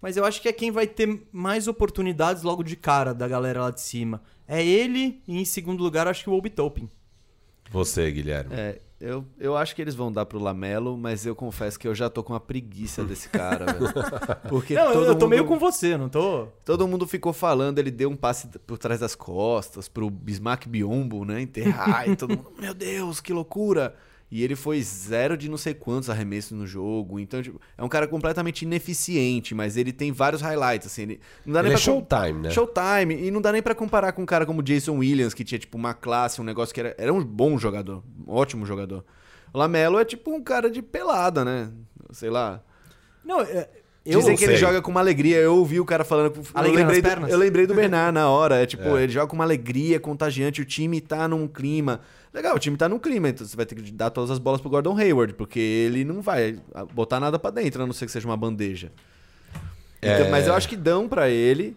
Mas eu acho que é quem vai ter mais oportunidades logo de cara da galera lá de cima. É ele e em segundo lugar eu acho que o Obi Topin.
Você, Guilherme.
É, eu, eu acho que eles vão dar pro Lamelo, mas eu confesso que eu já tô com uma preguiça desse cara, velho. Porque
Não, eu,
todo
eu tô
mundo,
meio com você, não tô?
Todo mundo ficou falando, ele deu um passe por trás das costas pro Bismarck Biombo, né, enterrar, e todo mundo, meu Deus, que loucura! E ele foi zero de não sei quantos arremessos no jogo, então tipo, é um cara completamente ineficiente, mas ele tem vários highlights, assim, ele... Não dá
Ele
nem
é
pra com-
showtime, né?
Showtime. E não dá nem pra comparar com um cara como Jason Williams, que tinha, tipo, uma classe, um negócio que era, era um bom jogador, um ótimo jogador. O Lamelo é tipo um cara de pelada, né? Sei lá.
Não, é- eu
Dizem
não
que ele
sei.
joga com uma alegria. Eu ouvi o cara falando. com- Eu
Alegria nas
lembrei, do,
pernas?
eu lembrei do Bernard na hora. É tipo, ele joga com uma alegria contagiante. O time tá num clima. Legal, o time tá num clima. Então você vai ter que dar todas as bolas pro Gordon Hayward, porque ele não vai botar nada pra dentro, a não ser que seja uma bandeja. Então,
É.
Mas eu acho que dão pra ele.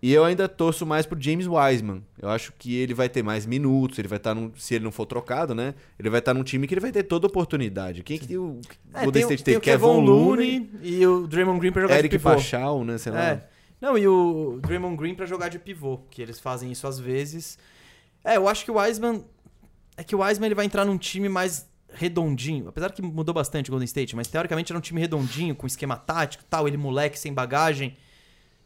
E eu ainda torço mais pro James Wiseman. Eu acho que ele vai ter mais minutos, ele vai estar num, se ele não for trocado, né? Ele vai estar num time que ele vai ter toda oportunidade. Quem que o
É,
Golden
tem,
State
tem
teve?
o Kevin Looney e o Draymond Green pra jogar
Eric
de pivô.
Pachal, né? Sei lá.
É. Não, e o Draymond Green pra jogar de pivô, que eles fazem isso às vezes. É, eu acho que o Wiseman é que o Wiseman ele vai entrar num time mais redondinho, apesar que mudou bastante o Golden State, mas teoricamente era um time redondinho com esquema tático, e tal, ele moleque sem bagagem.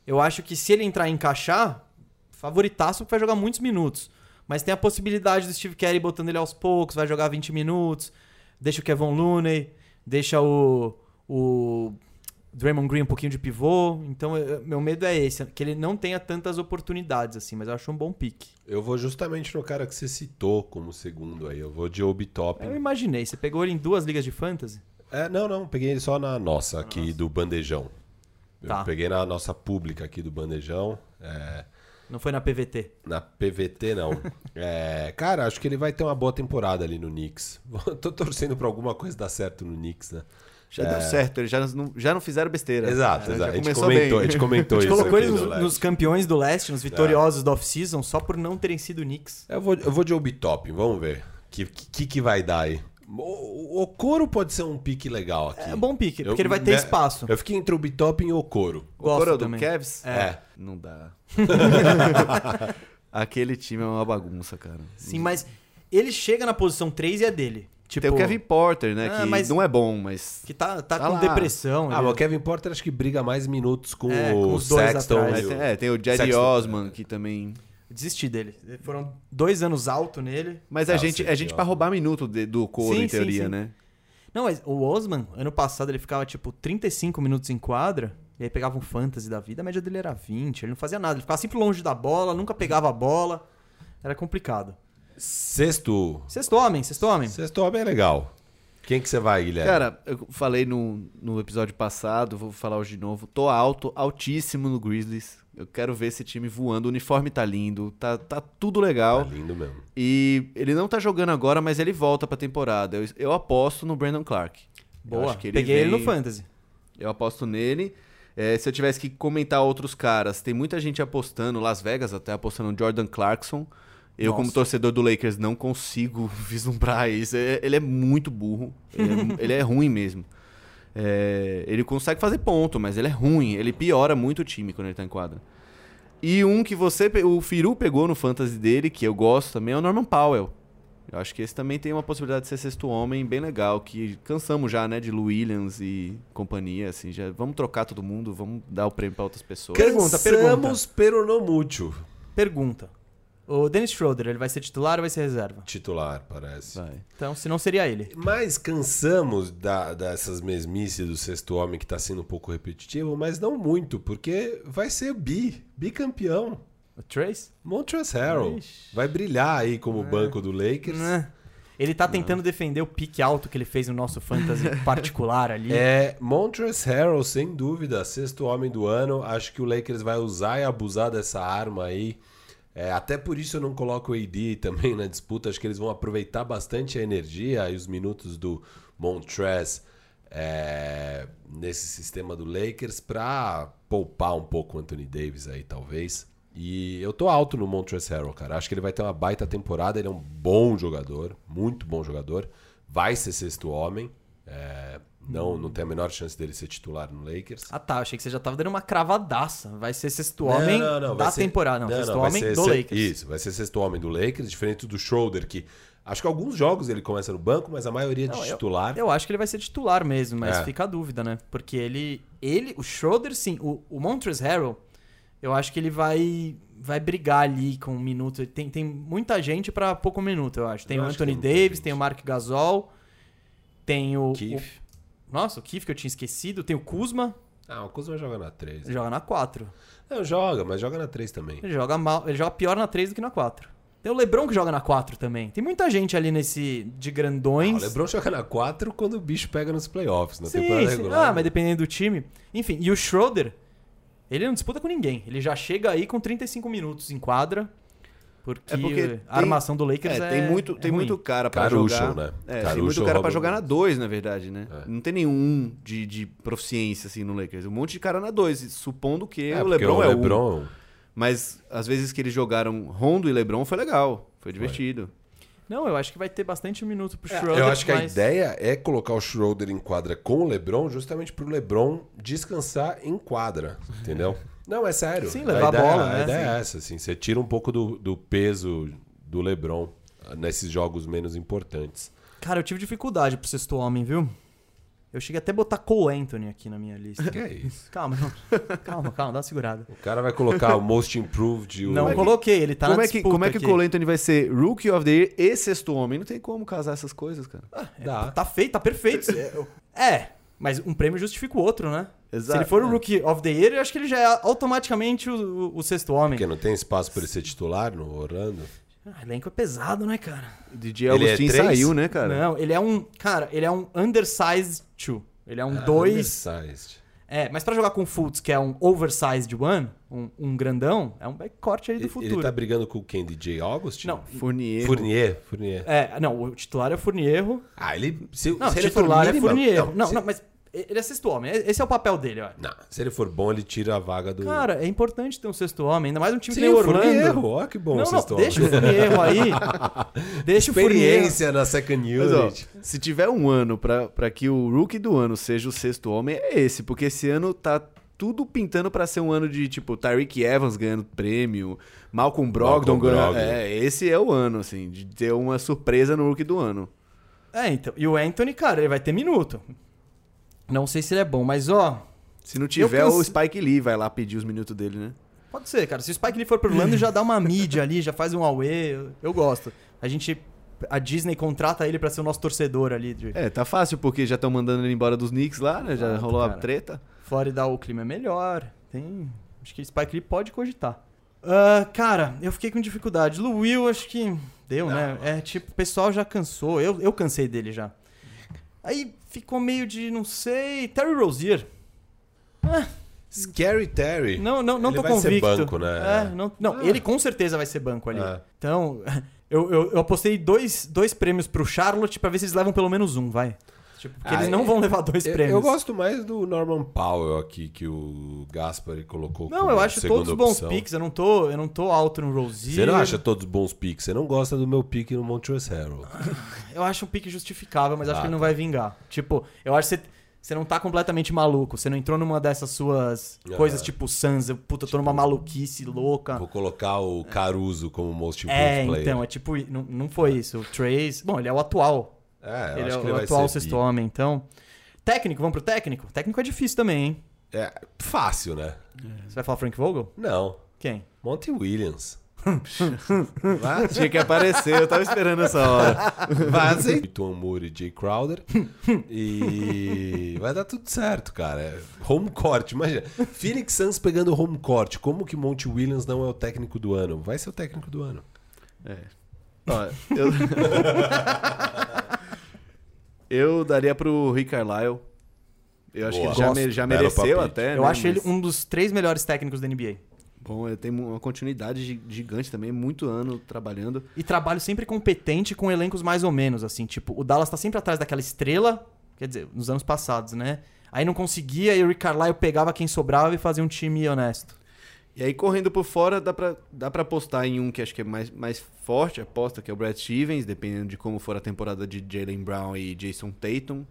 Eu acho que se ele entrar e encaixar, favoritaço porque vai jogar muitos minutos. Mas tem a possibilidade do Steve Carey botando ele aos poucos, vai jogar 20 minutos, deixa o Kevin Looney, deixa o, o Draymond Green um pouquinho de pivô. Então, eu- eu- meu medo é esse, que ele não tenha tantas oportunidades assim, mas eu acho um bom pique.
Eu vou justamente no cara que você citou como segundo aí. Eu vou de Obi Top.
É.
Eu imaginei, você pegou ele em duas ligas de fantasy?
É, não, não. Peguei ele só na nossa aqui do Bandejão. Eu
Tá.
peguei na nossa pública aqui do Bandejão. É,
Não foi na PVT.
na PVT, não. É, cara, acho que ele vai ter uma boa temporada ali no Knicks. Tô torcendo pra alguma coisa dar certo no Knicks, né?
Já deu certo, eles já não, já não fizeram
É,
besteira.
Exato,
Já
exato. A gente
começou
comentou, a
bem.
gente comentou
A gente
isso.
colocou
aqui
ele
no
nos,
Leste. É.
nos campeões do leste, nos vitoriosos da off-season, só por não terem sido Knicks.
Eu vou, eu vou de Obitop, vamos ver. O que, que, que vai dar aí? O, o Okoro pode ser um pique legal aqui.
É bom pique,
Eu-
porque ele vai ter
né,
espaço.
Eu fiquei entre Obitop e Okoro.
O Coro
Gosto
do
também.
Cavs?
É.
Não dá. Aquele time é uma bagunça, cara.
Sim, mas ele chega na posição 3 e é dele. Tipo,
Uhum. Tem o Kevin Porter, né?
Ah,
que
mas-
não é bom, mas.
que tá, tá
Tá
com
lá.
depressão.
Ah,
ele-
mas o Kevin Porter acho que briga mais minutos com
É, com
o
os dois
Sexton.
atrás.
e
mas
o-
tem- é, tem o Jerry
Sexton. É,
Osman, que também.
Desisti dele. Foram dois anos alto nele.
Mas a
Ah,
gente,
o
a gente pra
Osman.
roubar minuto de- do Coro,
Sim,
em
sim,
teoria,
sim.
né?
Não, mas o Osman, ano passado, ele ficava tipo 35 minutos em quadra. E aí pegava um fantasy da vida, a média dele era 20. Ele não fazia nada, ele ficava sempre longe da bola, nunca pegava a bola. Era complicado.
Sexto.
Sexto homem, sexto homem.
Sexto homem é legal. Quem que você vai, Guilherme?
Cara, eu falei no, no episódio passado, vou falar hoje de novo. Tô alto, altíssimo no Grizzlies. Eu quero ver esse time voando. O uniforme tá lindo, tá, tá tudo legal.
tá lindo mesmo.
E ele não tá jogando agora, mas ele volta pra temporada. Eu, eu aposto no Brandon Clark. Eu
Boa.
acho que
Peguei ele
vem-
no fantasy.
Eu aposto nele. É, se eu tivesse que comentar outros caras, tem muita gente apostando, Las Vegas até apostando no Jordan Clarkson. Eu, como
Nossa.
torcedor do Lakers, não consigo vislumbrar isso. É- Ele é muito burro. Ele é, ele é ruim mesmo. É, ele consegue fazer ponto, mas ele é ruim. Ele piora muito o time quando ele tá em quadra. E um que você, pe- o Firu pegou no fantasy dele, que eu gosto também, é o Norman Powell. Eu acho que esse também tem uma possibilidade de ser sexto homem bem legal, que cansamos já, né, de Lou Williams e companhia, assim, já vamos trocar todo mundo, vamos dar o prêmio pra outras pessoas.
Pergunta, pergunta.
Cansamos pero no mútil.
Pergunta. O Dennis Schroeder, ele vai ser titular ou vai ser reserva?
Titular, parece.
Vai.
Então, se não, seria ele.
Mas cansamos da- dessas mesmices do sexto homem que tá sendo um pouco repetitivo, mas não muito, porque vai ser bi, bicampeão.
O Trace?
Montrezl Harrell
Ixi. É.
vai brilhar aí como banco do Lakers.
Né? Ele tá tentando defender o pique alto que ele fez no nosso fantasy particular ali.
É, Montrezl Harrell, sem dúvida, sexto homem do ano. Acho que o Lakers vai usar e abusar dessa arma aí. É, até por isso eu não coloco o AD também na disputa. Acho que eles vão aproveitar bastante a energia e os minutos do Montrez é, nesse sistema do Lakers pra poupar um pouco o Anthony Davis aí, talvez. E eu tô alto no Montrezl Harrell, cara. Acho que ele vai ter uma baita temporada. Ele é um bom jogador, muito bom jogador. Vai ser sexto homem. É, não, não tem a menor chance dele ser titular no Lakers.
Ah tá, achei que você já tava dando uma cravadaça. Vai ser sexto homem
vai
da
ser-
temporada. Não, sexto
vai
homem
ser
do
se-
Lakers.
Isso, vai ser sexto homem do Lakers, diferente do Schroeder, que acho que alguns jogos ele começa no banco, mas a maioria
Não,
de titular.
Eu acho que ele vai ser titular mesmo, mas
É.
fica a dúvida, né? Porque ele, ele o Schroeder, sim, o, o Montrezl Harrell, eu acho que ele vai vai brigar ali com um minuto. Tem, tem muita gente pra pouco minuto, eu acho. Tem
Eu
o
acho que
Anthony
tem muita
Davis,
gente.
tem o Mark Gasol, tem o,
Keith.
o- Nossa, o Kiff que eu tinha esquecido. Tem o Kuzma,
Ah, o Kuzma joga na 3.
joga na 4.
Não, joga, mas joga na 3 também. Ah,
Ele joga mal, ele joga pior na 3 do que na 4. Tem o LeBron que joga na 4 também. Tem muita gente ali nesse de
Ah, o
grandões.
LeBron joga na 4 quando o bicho pega nos playoffs, na
Sim,
temporada
sim.
regular. né?
Ah, mas dependendo do time. Enfim, e o Schroeder, ele não disputa com ninguém. Ele já chega aí com 35 minutos em quadra. Porque,
É porque tem-
a armação do Lakers é.
É, tem muito,
é
tem
ruim.
muito cara pra
Caruso,
jogar.
né?
É,
Caruso
tem muito cara pra
rouba
jogar na
muito.
2, na verdade, né?
É.
Não tem nenhum um de, de proficiência assim no Lakers. Um monte de cara na 2, supondo que
É,
o
porque
LeBron é o um.
LeBron,
Mas as vezes que eles jogaram Rondo e LeBron foi legal, foi divertido.
Não, eu acho que vai ter bastante minuto pro Schroeder.
É, Eu acho que a
mas-
ideia é colocar o Schroeder em quadra com o LeBron, justamente pro LeBron descansar em quadra, entendeu? Não, é sério.
Sim, levar a
ideia,
bola, né?
A ideia é essa, assim. Você tira um pouco do, do peso do LeBron ah, nesses jogos menos importantes.
Cara, eu tive dificuldade pro sexto homem, viu? Eu cheguei até a botar Cole Anthony aqui na minha lista.
Que é isso?
calma, não. calma, calma, dá uma segurada.
O cara vai colocar o Most Improved e o...
Não coloquei, ele tá
como,
na
é que,
disputa
como é que o
aqui.
Cole Anthony vai ser Rookie of the Year e sexto homem? Não tem como casar essas coisas, cara.
Dá.
Tá feito, tá perfeito. É, mas um prêmio justifica o outro, né? Se
Exato,
ele for o
é.
Rookie of the Year, eu acho que ele já é automaticamente o, o- o sexto homem.
Porque não tem espaço pra ele ser titular no Orlando.
Ah, elenco é pesado, né, cara?
DJ
Ele é
Augustin
três?
saiu, né, cara?
Não, ele é um. Cara, ele é um undersized two. Ele é
Ah,
um dois.
Undersized.
É, mas pra jogar com o Fultz, que é um oversized one, um, um grandão, é um backcourt aí do
Ele,
futuro.
ele tá brigando com quem? DJ August?
Não.
Fournier.
Fournier. Fournier.
É, não, o titular é o Furnierro.
Ah, ele... Se,
Não,
se
o
ele for
titular é
mínimo-
Furnierro. Não,
se-
não, mas ele é sexto homem. Esse é o papel dele, ó.
Não, se ele for bom, ele tira a vaga do.
Cara, é importante ter um sexto homem, ainda mais um time que
Sim,
nem
o
o Orlando.
Fournier, ó, que bom
não,
vocês
não, deixa o Furnier aí. deixa o Furnier.
Experiência na second
Mas, ó,
unit.
se tiver um ano pra pra que o rookie do ano seja o sexto homem, é esse, porque esse ano tá tudo pintando pra ser um ano de tipo Tyreek Evans ganhando prêmio, Malcolm Brogdon
Malcolm
ganhando.
Brogdon.
É, esse é o ano, assim, de ter uma surpresa no rookie do ano.
É, então. E o Anthony, cara, ele vai ter minuto. Não sei se ele é bom, mas ó.
Se não tiver,
canse-
o Spike Lee vai lá pedir os minutos dele, né?
Pode ser, cara. Se o Spike Lee for pro Orlando, já dá uma mídia ali, já faz um away. Eu, eu gosto. A gente. A Disney contrata ele pra ser o nosso torcedor ali de
É, tá fácil, porque já estão mandando ele embora dos Knicks lá, né? Já
Exato,
rolou a
cara.
treta.
Flórida, o clima é melhor. Tem. Acho que Spike Lee pode cogitar. Ah, cara, eu fiquei com dificuldade. Lu Will, acho que deu, né? É tipo, o pessoal já cansou. Eu, eu cansei dele já. Aí ficou meio de, não sei. Terry Rozier.
Scary Terry.
Não, não, não
Ele
tô
vai ser
convicto.
banco, né?
É, não, não ele com certeza vai ser banco ali.
É.
Então, eu, eu, eu apostei dois, dois prêmios pro Charlotte pra ver se eles levam pelo menos um, vai. Tipo, porque
Ah,
eles não vão levar dois
Eu,
prêmios.
eu gosto mais do Norman Powell aqui, que o Gaspar colocou
Não,
como
eu acho
segunda
todos bons
opção.
picks. Eu não tô, eu não tô alto no Rozier.
Você não acha todos bons picks? Você não gosta do meu pick no Montrezl Harrell.
Eu acho um pique justificável, mas acho
Ah,
que ele não
tá.
vai vingar. Tipo, eu acho que você, você não tá completamente maluco. Você não entrou numa dessas suas
Aham.
coisas tipo Suns. Eu, puta, eu tô numa
Tipo,
maluquice louca.
Vou colocar o Caruso como most
É,
improved player.
então, é tipo, não, não foi isso. O Trace. Bom, ele é o atual.
É, eu
ele é
acho que
o
ele vai
atual
ser
sexto
bi.
homem, então. Técnico, vamos pro técnico? Técnico é difícil também, hein?
É fácil, né?
Você vai falar Frank Vogel?
Não.
Quem?
Monty Williams.
Tinha que aparecer, eu tava esperando essa hora.
Vazem. Tom Moore e um Jay Crowder. e vai dar tudo certo, cara. É Home court, imagina. Phoenix Suns pegando home court. Como que Monty Williams não é o técnico do ano? Vai ser o técnico do ano.
Ó, eu... eu daria pro Rick Carlisle. Eu acho
Boa.
que ele já,
Gosto.
me- já
Belo
mereceu
palpite.
até.
eu
né,
acho ele
mas-
um dos três melhores técnicos da NBA.
Bom, ele tem uma continuidade gi- gigante também, muito ano trabalhando.
E trabalho sempre competente com elencos mais ou menos, assim. Tipo, o Dallas tá sempre atrás daquela estrela, quer dizer, nos anos passados, né? Aí não conseguia e o Rick Carlisle pegava quem sobrava e fazia um time honesto.
E aí, correndo por fora, dá pra, dá pra apostar em um que acho que é mais, mais forte, a aposta, que é o Brad Stevens, dependendo de como for a temporada de Jalen Brown e Jason Tatum.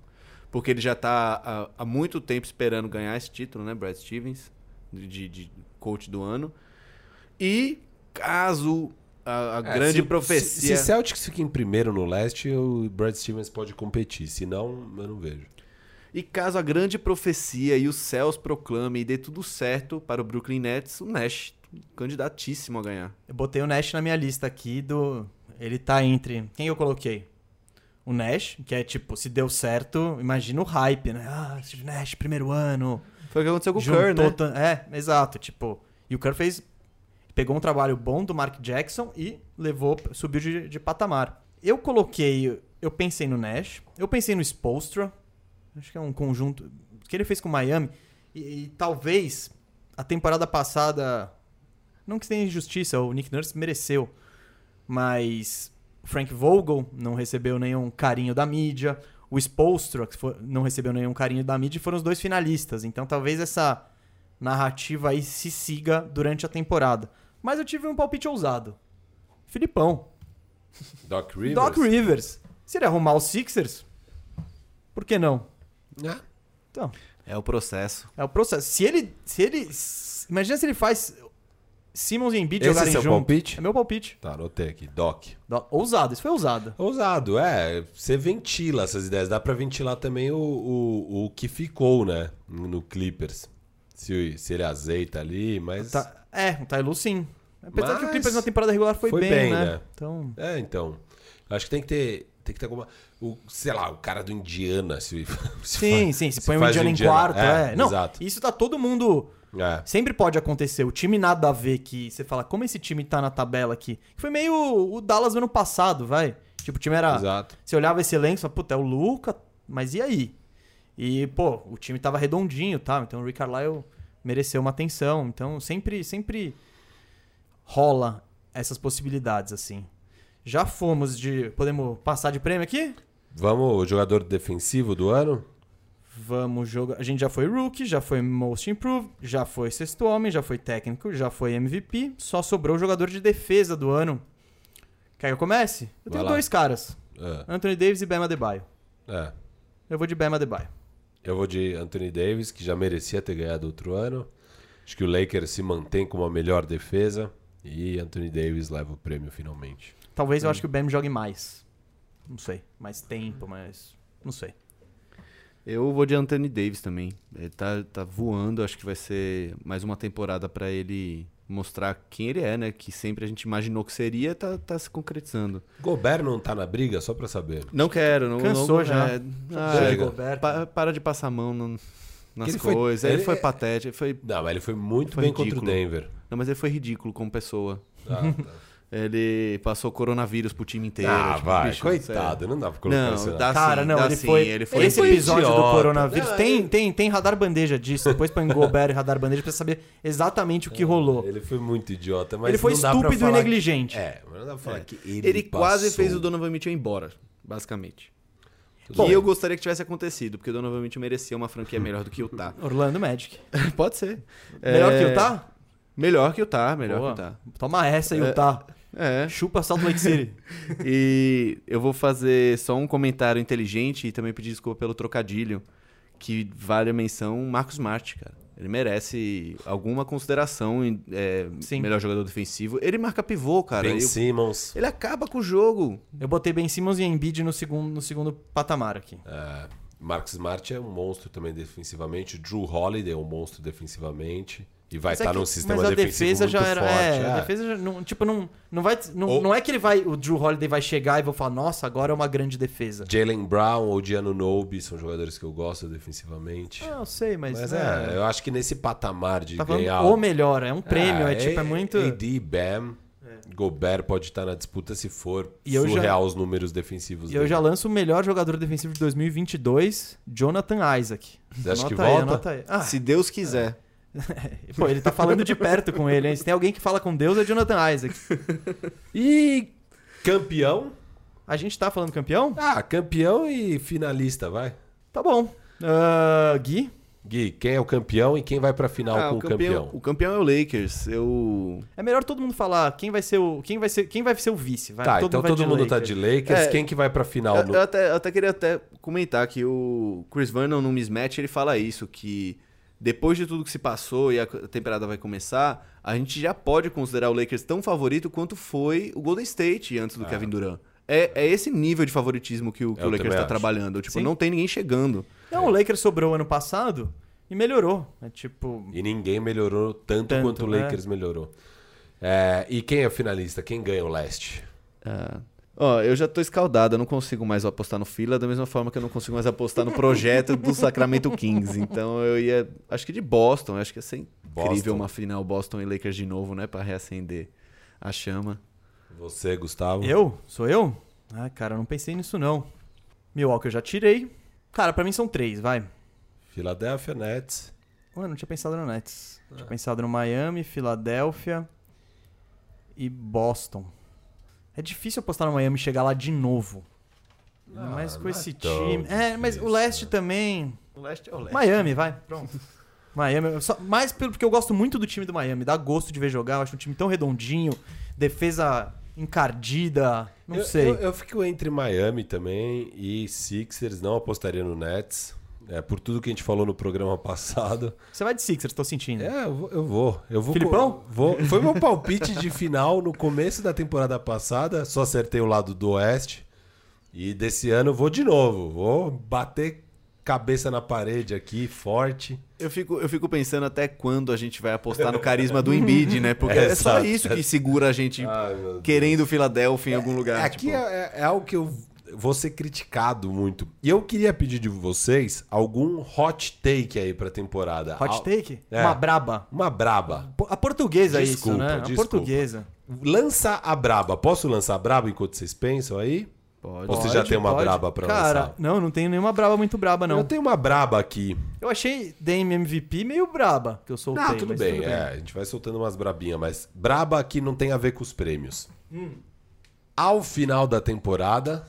Porque ele já tá há, há muito tempo esperando ganhar esse título, né, Brad Stevens, de, de- de coach do ano. E caso a, a
É,
grande
se- Se, se
profecia...
Celtics fica em primeiro no leste, o Brad Stevens pode competir. Se não, eu não vejo.
E caso a grande profecia e os céus proclame e dê tudo certo para o Brooklyn Nets, o Nash, candidatíssimo a ganhar.
Eu botei o Nash na minha lista aqui do. Ele tá entre. Quem eu coloquei? O Nash, que é tipo, se deu certo, imagina o hype, né? Ah, Steve Nash, primeiro ano.
Foi o que aconteceu com o
juntou
Kerr, né?
tan- É, exato. Tipo, e o Kerr fez. Pegou um trabalho bom do Mark Jackson e levou, subiu de, de patamar. Eu coloquei. Eu pensei no Nash, eu pensei no Spolstra. Acho que é um conjunto. O que ele fez com o Miami. E, e talvez a temporada passada. Não que tenha injustiça, o Nick Nurse mereceu. Mas o Frank Vogel não recebeu nenhum carinho da mídia. O Spolstra que foi- não recebeu nenhum carinho da mídia e foram os dois finalistas. Então talvez essa narrativa aí se siga durante a temporada. Mas eu tive um palpite ousado. Filipão.
Doc Rivers?
Doc Rivers. Se ele arrumar os Sixers, por que não?
Ah,
Então,
É o processo.
é o processo. Se ele. Se ele. s- Imagina se ele faz Simmons e Embiid
Esse é
jogarem
seu
junto.
palpite?
É meu palpite.
tá, anotei aqui. Doc.
Do- Ousado, isso foi ousado.
Ousado, é. Você ventila essas ideias. Dá pra ventilar também o, o, o que ficou, né? No Clippers. Se, se ele azeita ali, mas.
Tá- é, o Tailu sim. Apesar
Mas-
que o Clippers na temporada regular foi,
foi
bem,
bem,
né?
né?
Então.
É, então. Acho que tem que ter. Tem que ter alguma. O, sei lá, o cara do Indiana. Se, se
Sim,
faz-
sim, se
se
põe o
faz
Indiana
o
em
Indiana.
quarto, é.
É,
Não,
exato.
isso tá todo mundo.
É.
Sempre pode acontecer. O time nada a ver que você fala, como esse time tá na tabela aqui? Foi meio o Dallas no ano passado, vai. Tipo, o time era.
Exato.
Você olhava esse elenco e falava, puta, é o Luca, mas e aí? E, pô, o time tava redondinho, tá? Então o Rick Carlisle mereceu uma atenção. Então sempre, sempre rola essas possibilidades, assim. Já fomos de. Podemos passar de prêmio aqui?
Vamos, o jogador defensivo do ano?
Vamos jogar. A gente já foi rookie, já foi most improved, já foi sexto homem, já foi técnico, já foi MVP. Só sobrou o jogador de defesa do ano. Quer que eu comece? Eu
Vai
tenho
lá.
dois caras:
É,
Anthony Davis e Bema Adebayo.
é.
Eu vou de Bema Adebayo.
Eu vou de Anthony Davis, que já merecia ter ganhado outro ano. Acho que o Lakers se mantém com uma melhor defesa. E Anthony Davis leva o prêmio finalmente.
Talvez eu acho que o Bema jogue mais. Não sei. Mais tempo, mas. Não sei.
Eu vou de Anthony Davis também. Ele tá, tá voando, acho que vai ser mais uma temporada pra ele mostrar quem ele é, né? Que sempre a gente imaginou que seria, tá, tá se concretizando.
Gobert não tá na briga, só pra saber.
Não quero, não
Cansou
não-
já.
é,
Chega.
ah, pa- para de passar a mão no- nas
Ele foi-
coisas. ele,
ele- é-
foi patético, ele foi
Não, mas ele foi muito
Foi
bem
ridículo.
contra o Denver.
Não, mas ele foi ridículo como pessoa.
Ah, tá.
Ele passou coronavírus pro time inteiro.
ah
tipo,
vai,
bicho,
coitado, não dá pra colocar isso.
Não,
não.
dá
Cara,
Ah, sim,
não,
dá
ele,
sim,
foi,
ele foi.
Esse
Ele foi
episódio do
idiota.
coronavírus.
Não,
tem, tem, tem radar bandeja disso. Depois põe Gobert e radar bandeja pra saber exatamente o
É.
que rolou.
Ele foi muito idiota, mas
ele foi
não dá pra
estúpido e
falar
negligente.
Que... É, mas não dá pra falar que ele
Ele quase
passou.
fez o Donovan Mitchell ir embora, basicamente. Que eu gostaria que tivesse acontecido, porque o Donovan Mitchell merecia uma franquia melhor do que o Utah.
Orlando Magic.
Pode ser.
Melhor
É,
que Utah?
Melhor que o Utah, melhor
Boa.
que o Utah.
Toma essa, Utah.
É.
Chupa Salt Lake City.
E eu vou fazer só um comentário inteligente e também pedir desculpa pelo trocadilho, que vale a menção Marcos Smart, cara. Ele merece alguma consideração em é,
Sim.
melhor jogador defensivo. Ele marca pivô, cara.
Ben
Eu-
Simmons.
ele acaba com o jogo.
Eu botei Ben Simmons e Embiid no segundo, no segundo patamar aqui.
É, Mark Smart é um monstro também defensivamente. Drew Holiday é um monstro defensivamente. E vai
Mas é
estar
que-
tá num sistema
mas a
defensivo
defesa
muito
já era,
forte.
É, a
é.
defesa já, não, tipo, não, não vai... Não,
Ou-
não é que ele vai... O Drew Holiday vai chegar e vou falar, nossa, agora é uma grande defesa.
Jalen Brown ou Gianno Nobi são jogadores que eu gosto defensivamente.
Ah, eu sei, mas...
Mas
né,
é, eu acho que nesse patamar de
tá falando
ganhar...
o melhor, é um
Ah,
prêmio, é, tipo, é muito... É.
AD, Bam, Gobert pode estar na disputa se for
E eu já-
surreal os números defensivos
E eu
dele.
já lanço o melhor jogador defensivo de 2022, Jonathan Isaac.
Você acha que
aí,
volta?
anota aí. Ah,
Se Deus quiser.
pô, ele tá falando de perto com ele, hein? Se tem alguém que fala com Deus, é Jonathan Isaac.
E campeão?
A gente tá falando campeão?
Ah, campeão e finalista, vai.
Tá bom. Ah, Gui?
Gui, quem é o campeão e quem vai pra final
Ah,
com o campeão?
o campeão é o Lakers. Eu
É melhor todo mundo falar quem vai ser o quem vai ser quem vai ser o vice, vai.
Tá, então
vai
todo mundo tá
Lakers.
de Lakers.
É.
Quem que vai pra final?
Eu,
no-
eu até, eu até queria até comentar que o Chris Vernon no mismatch ele fala isso, que depois de tudo que se passou e a co- temporada vai começar, a gente já pode considerar o Lakers tão favorito quanto foi o Golden State antes do Kevin Durant. É, é esse nível de favoritismo que o, que
Eu
o Lakers
também
está
acho.
trabalhando. Tipo,
Sim.
não tem ninguém chegando.
Não, o Lakers sobrou ano passado e melhorou. É tipo,
E ninguém melhorou tanto,
Tanto,
quanto o
né?
Lakers melhorou. É, e quem é o finalista? Quem ganha o leste?
Ah. Ó, eu já tô escaldado, eu não consigo mais apostar no fila, da mesma forma que eu não consigo mais apostar no projeto do Sacramento Kings. Então eu ia. Acho que de Boston, acho que ia ser incrível
Boston.
uma final Boston e Lakers de novo, né? Pra reacender a chama.
Você, Gustavo?
eu? Sou eu? Ah, cara, eu não pensei nisso não. Milwaukee eu já tirei. Cara, pra mim são três, vai.
Philadelphia Nets.
Mano, não tinha pensado no Nets.
É.
Tinha pensado no Miami, Filadélfia e Boston. É difícil apostar no Miami e chegar lá de novo. Ainda
Ah,
mais com
não é
esse
tão
time. É, mas o
difícil, né?
leste também.
O leste é o
Miami, vai. Pronto. Miami, eu só, mais pelo porque eu gosto muito do time do Miami, dá gosto de ver jogar, eu acho um time tão redondinho, defesa encardida, não
eu,
sei.
Eu, eu fico entre Miami também e Sixers. Não apostaria no Nets. É, por tudo que a gente falou no programa passado.
Você vai de Sixers, tô sentindo.
É, eu vou. Eu vou, eu vou
Filipão?
Vou. Foi meu palpite de final no começo da temporada passada. Só acertei o lado do Oeste. E desse ano eu vou de novo. Vou bater cabeça na parede aqui, forte.
Eu fico, eu fico pensando até quando a gente vai apostar no carisma do Embiid, né? Porque é, só
Exato.
isso que segura a gente
Ai, meu Deus.
querendo o Filadélfia em algum lugar.
Aqui
tipo.
é, é algo que eu vou ser criticado muito. E eu queria pedir de vocês algum hot take aí pra temporada.
Hot
Al-
take?
É.
Uma braba.
Uma braba.
Po- A portuguesa é isso,
Desculpa,
né? A
desculpa.
portuguesa.
Lança a braba. Posso lançar a braba enquanto vocês pensam aí?
Pode.
Ou você já tem uma
pode.
braba pra
Cara,
lançar?
não, não tenho nenhuma braba muito braba, não.
Eu
Eu,
tenho uma braba aqui.
achei Dame MVP meio braba, que eu soltei.
Ah, tudo
mas
bem, é, a gente vai soltando umas brabinhas, mas braba aqui não tem a ver com os prêmios. Ao final da temporada,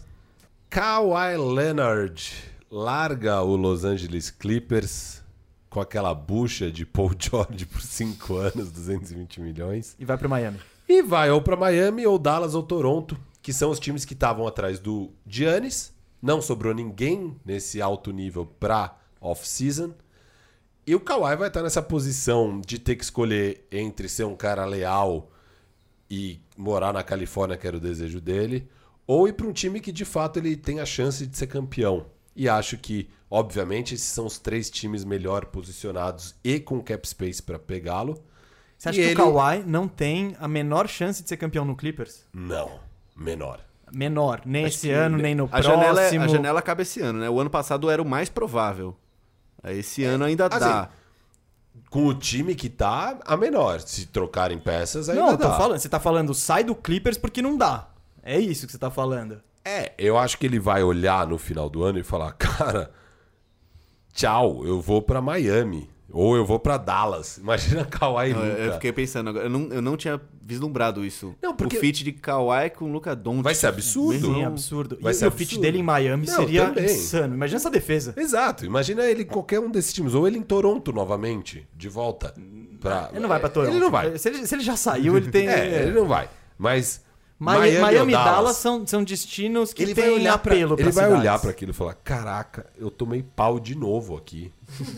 Kawhi Leonard larga o Los Angeles Clippers com aquela bucha de Paul George por 5 anos, 220 milhões,
E vai pro Miami.
e vai ou para Miami, ou Dallas, ou Toronto, que são os times que estavam atrás do Giannis. Não sobrou ninguém nesse alto nível pra off-season. E o Kawhi vai estar nessa posição de ter que escolher entre ser um cara leal e morar na Califórnia, que era o desejo dele, ou ir para um time que de fato ele tem a chance de ser campeão. E acho que, obviamente, esses são os três times melhor posicionados e com cap space para pegá-lo.
Você acha
E
que
ele-
o Kawhi não tem a menor chance de ser campeão no Clippers?
Não, menor.
Menor, nem esse ano, nem no
a
próximo.
é-
janela, é- a janela acaba esse ano, né? O ano passado era o mais provável. Aí Esse ano ainda
assim,
dá.
Com o time que tá, a menor. Se trocarem peças, ainda
Não, eu
dá.
tô falando, você tá falando sai do Clippers porque não dá. É isso que você tá falando.
É, eu acho que ele vai olhar no final do ano e falar, cara, tchau, eu vou pra Miami. Ou eu vou pra Dallas. Imagina Kawhi e
Eu, eu
Luka.
fiquei pensando agora. Eu não, eu não tinha vislumbrado isso.
Não, porque-
O feat de Kawhi com o Luca Doncic.
Vai ser absurdo.
Meu
Sim,
irmão.
absurdo.
Vai
e
ser
o fit
absurdo.
dele em Miami
Não,
seria
também.
insano. Imagina essa defesa.
Exato. Imagina ele em qualquer um desses times. Ou ele em Toronto novamente, de volta. Pra...
Ele não vai pra Toronto.
Ah, Ele não vai.
Se ele, se ele já saiu, ele tem...
É, ele não vai. Mas
Miami,
Miami,
Miami
ou
e
Dallas,
Dallas são, são destinos que
ele
tem
vai olhar pra,
apelo
ele vai
cidades.
olhar para aquilo e falar: "Caraca, eu tomei pau de novo aqui".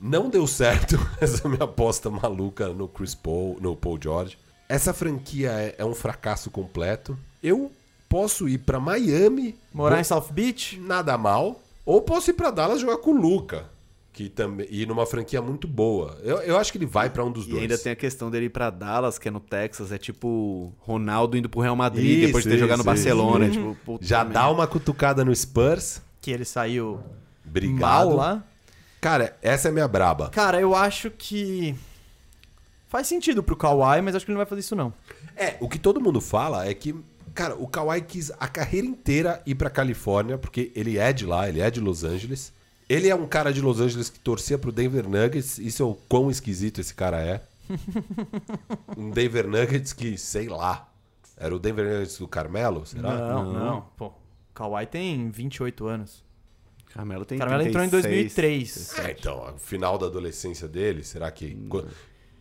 Não deu certo essa minha aposta maluca no Chris Paul, no Paul George. Essa franquia é, é um fracasso completo. Eu posso ir pra Miami,
Morar em South Beach?
nada mal, ou posso ir pra Dallas jogar com o Luca, que também e numa franquia muito boa. Eu, eu acho que ele vai pra um dos
E
dois.
ainda tem a questão dele ir pra Dallas, que é no Texas. É tipo Ronaldo indo pro Real Madrid
Isso,
depois de ter
isso,
jogado no
isso.
Barcelona. É tipo, puta
Já
merda.
dá uma cutucada no Spurs.
Que ele saiu
Obrigado.
mal lá.
Cara, essa é minha braba.
Cara, eu acho que... Faz sentido pro Kawhi, mas acho que ele não vai fazer isso, não.
É, o que todo mundo fala é que, cara, o Kawhi quis a carreira inteira ir pra Califórnia, porque ele é de lá, ele é de Los Angeles. Ele é um cara de Los Angeles que torcia pro Denver Nuggets, isso é o quão esquisito esse cara é. um Denver Nuggets que, sei lá, era o Denver Nuggets do Carmelo, será?
Não, não. Pô, Kawhi tem 28 anos.
Carmelo tem
Carmelo entrou em
36.
2003.
É, então, o final da adolescência dele, será que co-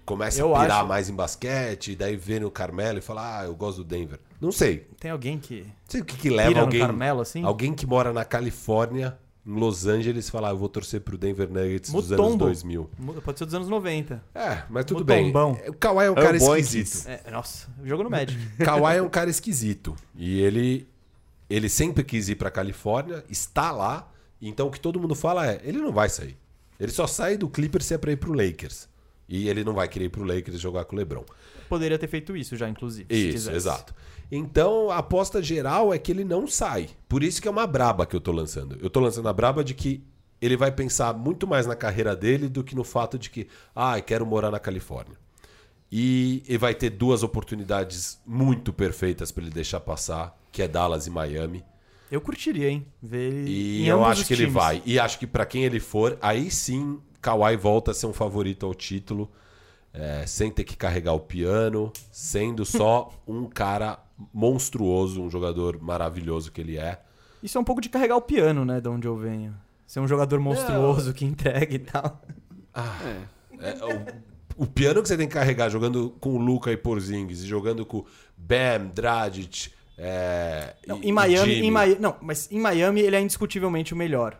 começa
Eu
a pirar
acho-
mais em basquete, e daí vê no Carmelo e fala, ah, eu gosto do Denver. Não sei,
Tem alguém que...
Não sei o que, que leva
Pira no
alguém.
Carmelo, assim?
Alguém que mora na Califórnia, em Los Angeles, falar, eu vou torcer pro Denver Nuggets dos anos
Mutombo.
2000.
Muda, Pode ser dos anos 90.
É, mas tudo
Mutombão.
bem. O Kawhi é um
É o
cara
Boykins.
esquisito.
É, nossa, jogo no Magic.
Kawhi é um cara esquisito. E ele ele sempre quis ir pra Califórnia, está lá. Então o que todo mundo fala é, ele não vai sair. Ele só sai do Clippers se é pra ir pro Lakers. E ele não vai querer ir pro Lakers jogar com o LeBron.
Poderia ter feito isso já, inclusive. se
Isso,
quisesse.
exato. Então, a aposta geral é que ele não sai. Por isso que é uma braba que eu tô lançando. Eu tô lançando a braba de que ele vai pensar muito mais na carreira dele do que no fato de que, ah, eu quero morar na Califórnia. E, e vai ter duas oportunidades muito perfeitas pra ele deixar passar, que é Dallas e Miami.
Eu curtiria, hein? Ver ele.
E
em
eu
ambos
acho
os
que ele
times.
vai. E acho que pra quem ele for, aí sim, Kawhi volta a ser um favorito ao título, é, sem ter que carregar o piano, sendo só um cara monstruoso, um jogador maravilhoso que ele é.
Isso é um pouco de carregar o piano, né? De onde eu venho. Ser um jogador monstruoso que entrega e tal.
É, o, o piano que você tem que carregar jogando com o Luca e Porzingis, e jogando com Bam, Dragic, é,
Não,
e-
em Miami,
e Jimmy.
em Miami. Não, mas em Miami ele é indiscutivelmente o melhor.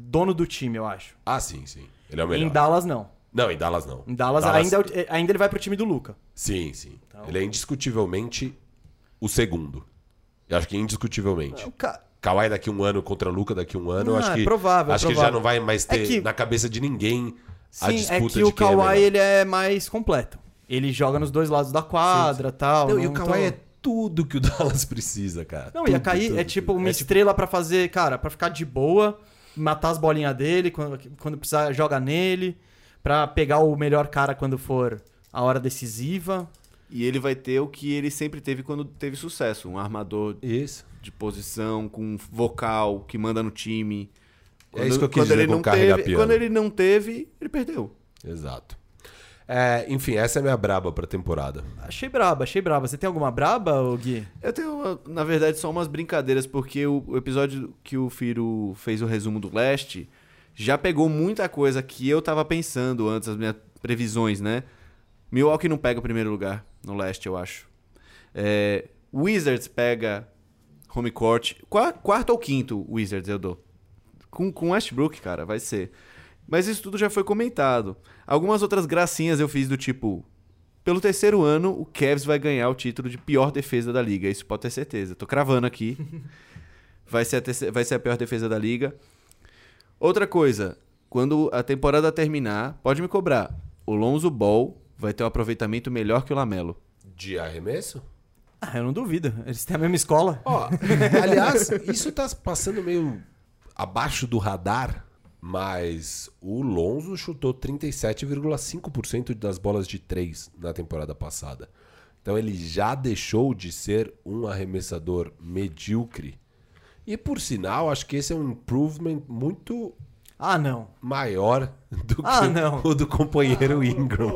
Dono do time, eu acho.
Ah, sim, sim. Ele é o
Em
melhor.
Dallas, não.
Não, em Dallas não.
Em Dallas, Ainda, é o- ainda ele vai pro time do Luca.
Sim, sim. Ele é indiscutivelmente o segundo. Eu acho que indiscutivelmente. Kawhi daqui um ano contra Luca daqui um ano,
Não,
eu acho
é
que
provável,
acho
é
que ele já
provável.
não vai mais ter
É que-
na cabeça de ninguém a
Sim,
disputa
é que
de
o
quem é
Kawhi
melhor.
ele é mais completo. Ele joga nos dois lados da quadra tal.
Não, e o
então-
Kawhi é tudo que o Dallas precisa, cara.
Não,
tudo,
ia cair,
tudo,
é tipo
tudo.
uma
É
estrela pra fazer, cara, pra ficar de boa, matar as bolinhas dele, quando, quando precisar joga nele, pra pegar o melhor cara quando for a hora decisiva.
E ele vai ter o que ele sempre teve quando teve sucesso. Um armador
isso.
de posição, com vocal, que manda no time.
É isso que eu quis dizer com
não
carregar
teve,
piano.
Quando ele não teve, ele perdeu.
Exato. É, enfim, essa é a minha braba pra temporada.
Achei braba, achei braba. Você tem alguma braba, ô Gui?
Eu tenho, na verdade, só umas brincadeiras, porque o, o episódio que o Firo fez o resumo do Leste já pegou muita coisa que eu tava pensando antes, as minhas previsões, né? Milwaukee não pega o primeiro lugar no Leste, eu acho. É, Wizards pega home court. Qua- quarto ou quinto Wizards eu dou. Com, com Westbrook, cara, vai ser. Mas isso tudo já foi comentado. Algumas outras gracinhas eu fiz do tipo... Pelo terceiro ano, o Cavs vai ganhar o título de pior defesa da liga. Isso pode ter certeza. Tô cravando aqui. Vai ser a, terce- vai ser a pior defesa da liga. Outra coisa. Quando a temporada terminar, pode me cobrar. O Lonzo Ball vai ter um aproveitamento melhor que o Lamelo.
De arremesso?
Ah, eu não duvido. Eles têm a mesma escola.
Ó, aliás, isso tá passando meio abaixo do radar, mas o Lonzo chutou 37,5% das bolas de 3 na temporada passada. Então ele já deixou de ser um arremessador medíocre. E por sinal, acho que esse é um improvement muito
Ah, não.
maior do
Ah,
que
não.
o do companheiro Ingram.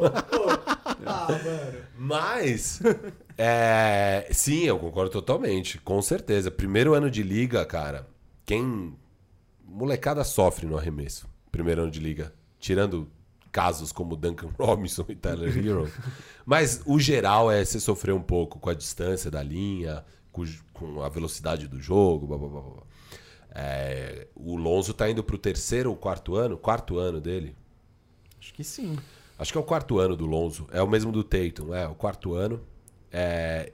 Mas, é, sim, eu concordo totalmente, com certeza. Primeiro ano de liga, cara, quem. Molecada sofre no arremesso. Primeiro ano de liga. Tirando casos como Duncan Robinson e Tyler Hero. Mas o geral é você sofrer um pouco com a distância da linha, com, o- com a velocidade do jogo, blá blá blá blá. É, o Lonzo tá indo pro terceiro ou quarto ano? Quarto ano dele.
Acho que sim.
Acho que é o quarto ano do Lonzo. É o mesmo do Tatum, é o quarto ano. É,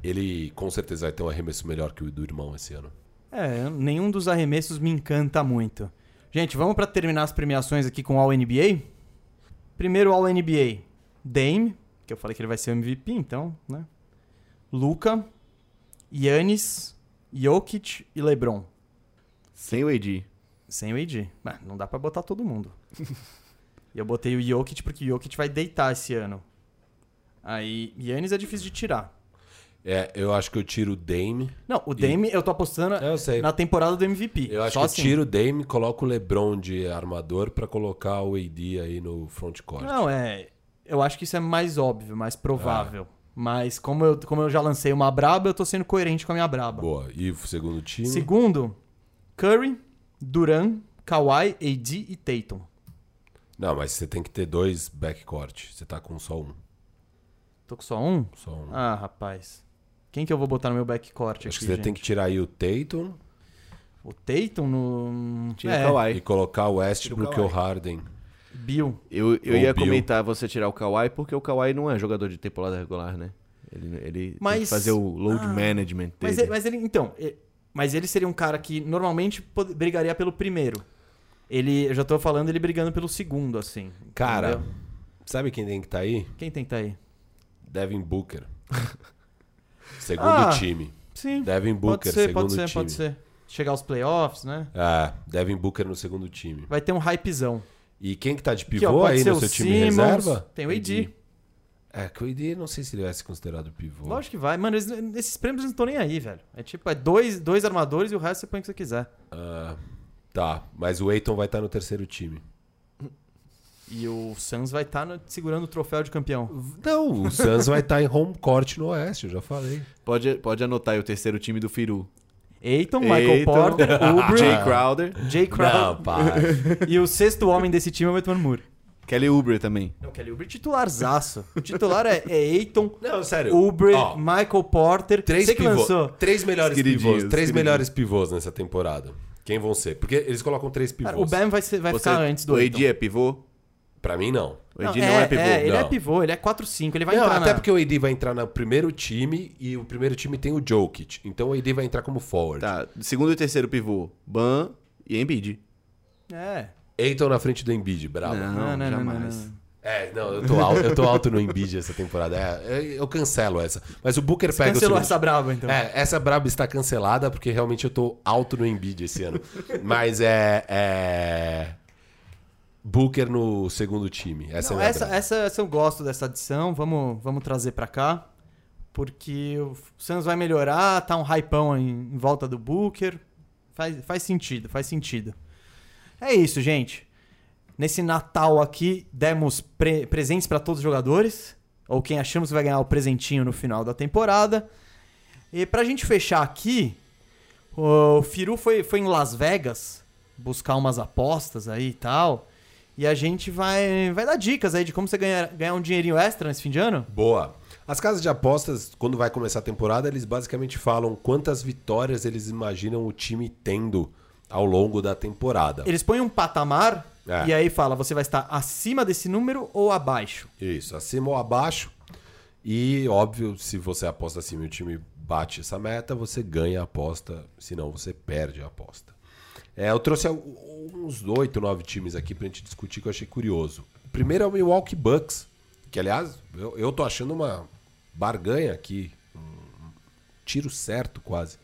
ele com certeza vai ter um arremesso melhor que o do irmão esse ano.
É, nenhum dos arremessos me encanta muito. Gente, vamos pra terminar as premiações aqui com o All-NBA? Primeiro All-NBA, Dame, que eu falei que ele vai ser o MVP, então, né? Luca, Yannis, Jokic e LeBron.
Sem o AD.
Sem o AD. Mas não dá pra botar todo mundo. e eu botei o Jokic porque o Jokic vai deitar esse ano. Aí, Yannis é difícil de tirar.
É, eu acho que eu tiro o Dame.
Não, o Dame eu tô apostando
É, Eu sei.
na temporada do MVP.
Eu acho
Só
que
assim.
eu tiro o Dame, coloco o LeBron de armador pra colocar o AD aí no frontcourt.
Não, é. Eu acho que isso é mais óbvio, mais
É.
provável. Mas como eu, como eu já lancei uma braba, eu tô sendo coerente com a minha braba.
Boa. E o segundo time?
Segundo, Curry, Duran, Kawhi, AD e Tatum.
Não, mas você tem que ter dois backcourt. Você tá com só um.
Tô com só um?
Só um.
Ah, rapaz. Quem que eu vou botar no meu backcourt aqui,
acho que você tem
gente?
que tirar aí o Tatum
O Tatum no...
Tira
é,
o
e
Kawhi.
colocar o Westbrook e o Harden.
Bill.
Eu, eu
Ou
ia
Bill.
comentar você tirar o Kawhi, porque o Kawhi não é jogador de temporada regular, né? Ele, ele tem que
Mas-
fazer o load
ah,
management dele.
Mas ele, mas ele- então, e- mas ele seria um cara que normalmente pod- brigaria pelo primeiro. Ele, eu já tô falando ele brigando pelo segundo, assim.
Cara,
entendeu?
sabe quem tem que estar tá aí?
Quem tem que tá aí?
Devin Booker. segundo
Ah.
time.
Sim.
Devin Booker,
pode ser,
segundo
pode ser,
time.
pode ser. Chegar aos playoffs, né?
Ah, Devin Booker no segundo time.
Vai ter um hypezão.
E quem que tá de
Aqui, ó,
pivô
pode
aí
ser
no
o
seu time
Simmons,
reserva?
Tem o AD.
É, que o AD não sei se ele vai ser considerado pivô.
Lógico que vai. Mano, eles- esses prêmios eles não estão nem aí, velho. É tipo, é dois, dois armadores e o resto você põe o que você quiser.
Ah, tá, mas o Aiton vai estar no terceiro time.
E o Suns vai estar segurando o troféu de campeão.
Não, o Suns vai
tá
estar em home court no Oeste, eu já falei.
Pode, pode anotar aí o terceiro time do Firu.
Aiton, Michael
Aiton,
Porter, Ubre,
Jay Crowder.
Jay Crowder.
Não, para.
E o sexto homem desse time é o Edmund Moore.
Kelly Ubre também.
Não, Kelly Ubre é titularzaço. O titular é, é Aiton,
Não, sério.
Ubre,
Ó,
Michael Porter.
Três,
você que
pivô-
lançou.
três melhores
Queridinhos,
pivôs. Três
queridinhos.
melhores pivôs nessa temporada. Quem vão ser? Porque eles colocam três pivôs.
Cara, o Bam vai, ser- vai
Você-
ficar antes do
o
Aiton.
AD é pivô?
Pra mim, não.
O AD não, é, pivô.
ele é
não.
pivô, ele é 4-5, ele vai
não,
entrar
até
na-
porque o AD vai entrar no primeiro time e o primeiro time tem o Jokic. Então o AD vai entrar como forward.
Tá, segundo e terceiro pivô, Ban e Embiid.
É.
Eiton na frente do Embiid, bravo.
Não, jamais.
É, não, eu tô, alto, eu tô alto no Embiid essa temporada. É, eu- eu cancelo essa. Mas o Booker pega
Cancelou
o segundo-
essa brava, então.
É, essa braba está cancelada porque realmente eu tô alto no Embiid esse ano. Mas é, é... Booker no segundo time. Essa
Não,
é a minha
essa,
braba.
essa, essa eu gosto dessa adição, vamos, vamos trazer pra cá. Porque o Suns vai melhorar, tá um hypão em, em volta do Booker. Faz, faz sentido, faz sentido. É isso, gente. Nesse Natal aqui, demos pre- presentes pra todos os jogadores. Ou quem achamos que vai ganhar o presentinho no final da temporada. E pra gente fechar aqui, o Firu foi, foi em Las Vegas buscar umas apostas aí e tal. E a gente vai, vai dar dicas aí de como você ganhar, ganhar um dinheirinho extra nesse fim de ano.
Boa. As casas de apostas, quando vai começar a temporada, eles basicamente falam quantas vitórias eles imaginam o time tendo ao longo da temporada.
Eles põem um patamar
É.
e aí fala, você vai estar acima desse número ou abaixo.
Isso, acima ou abaixo. E, óbvio, se você aposta acima e o time bate essa meta, você ganha a aposta, senão você perde a aposta. É, eu trouxe al- uns oito, nove times aqui pra gente discutir que eu achei curioso. O primeiro é o Milwaukee Bucks, que, aliás, eu, eu tô achando uma barganha aqui, um tiro certo quase.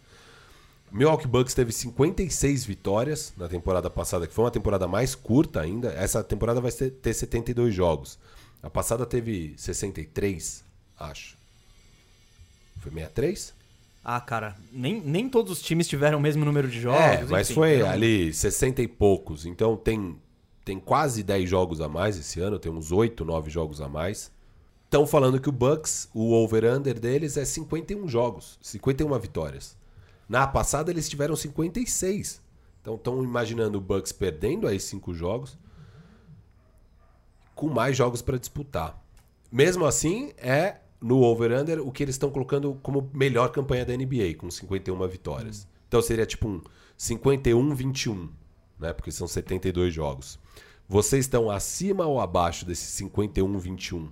Milwaukee Bucks teve 56 vitórias na temporada passada, que foi uma temporada mais curta ainda. Essa temporada vai ser- ter 72 jogos. A passada teve 63, acho. Foi 63?
Ah, cara, nem, nem todos os times tiveram o mesmo número de jogos.
É, mas
enfim. né?
foi ali 60 e poucos. Então tem, tem quase 10 jogos a mais esse ano, tem uns 8, 9 jogos a mais. Estão falando que o Bucks, o over-under deles é 51 jogos, 51 vitórias. Na passada eles tiveram 56. Então estão imaginando o Bucks perdendo aí 5 jogos com mais jogos para disputar. Mesmo assim, é no over-under o que eles estão colocando como melhor campanha da NBA, com 51 vitórias. Então seria tipo um 51-21, né? Porque são 72 jogos. Vocês estão acima ou abaixo desse 51-21?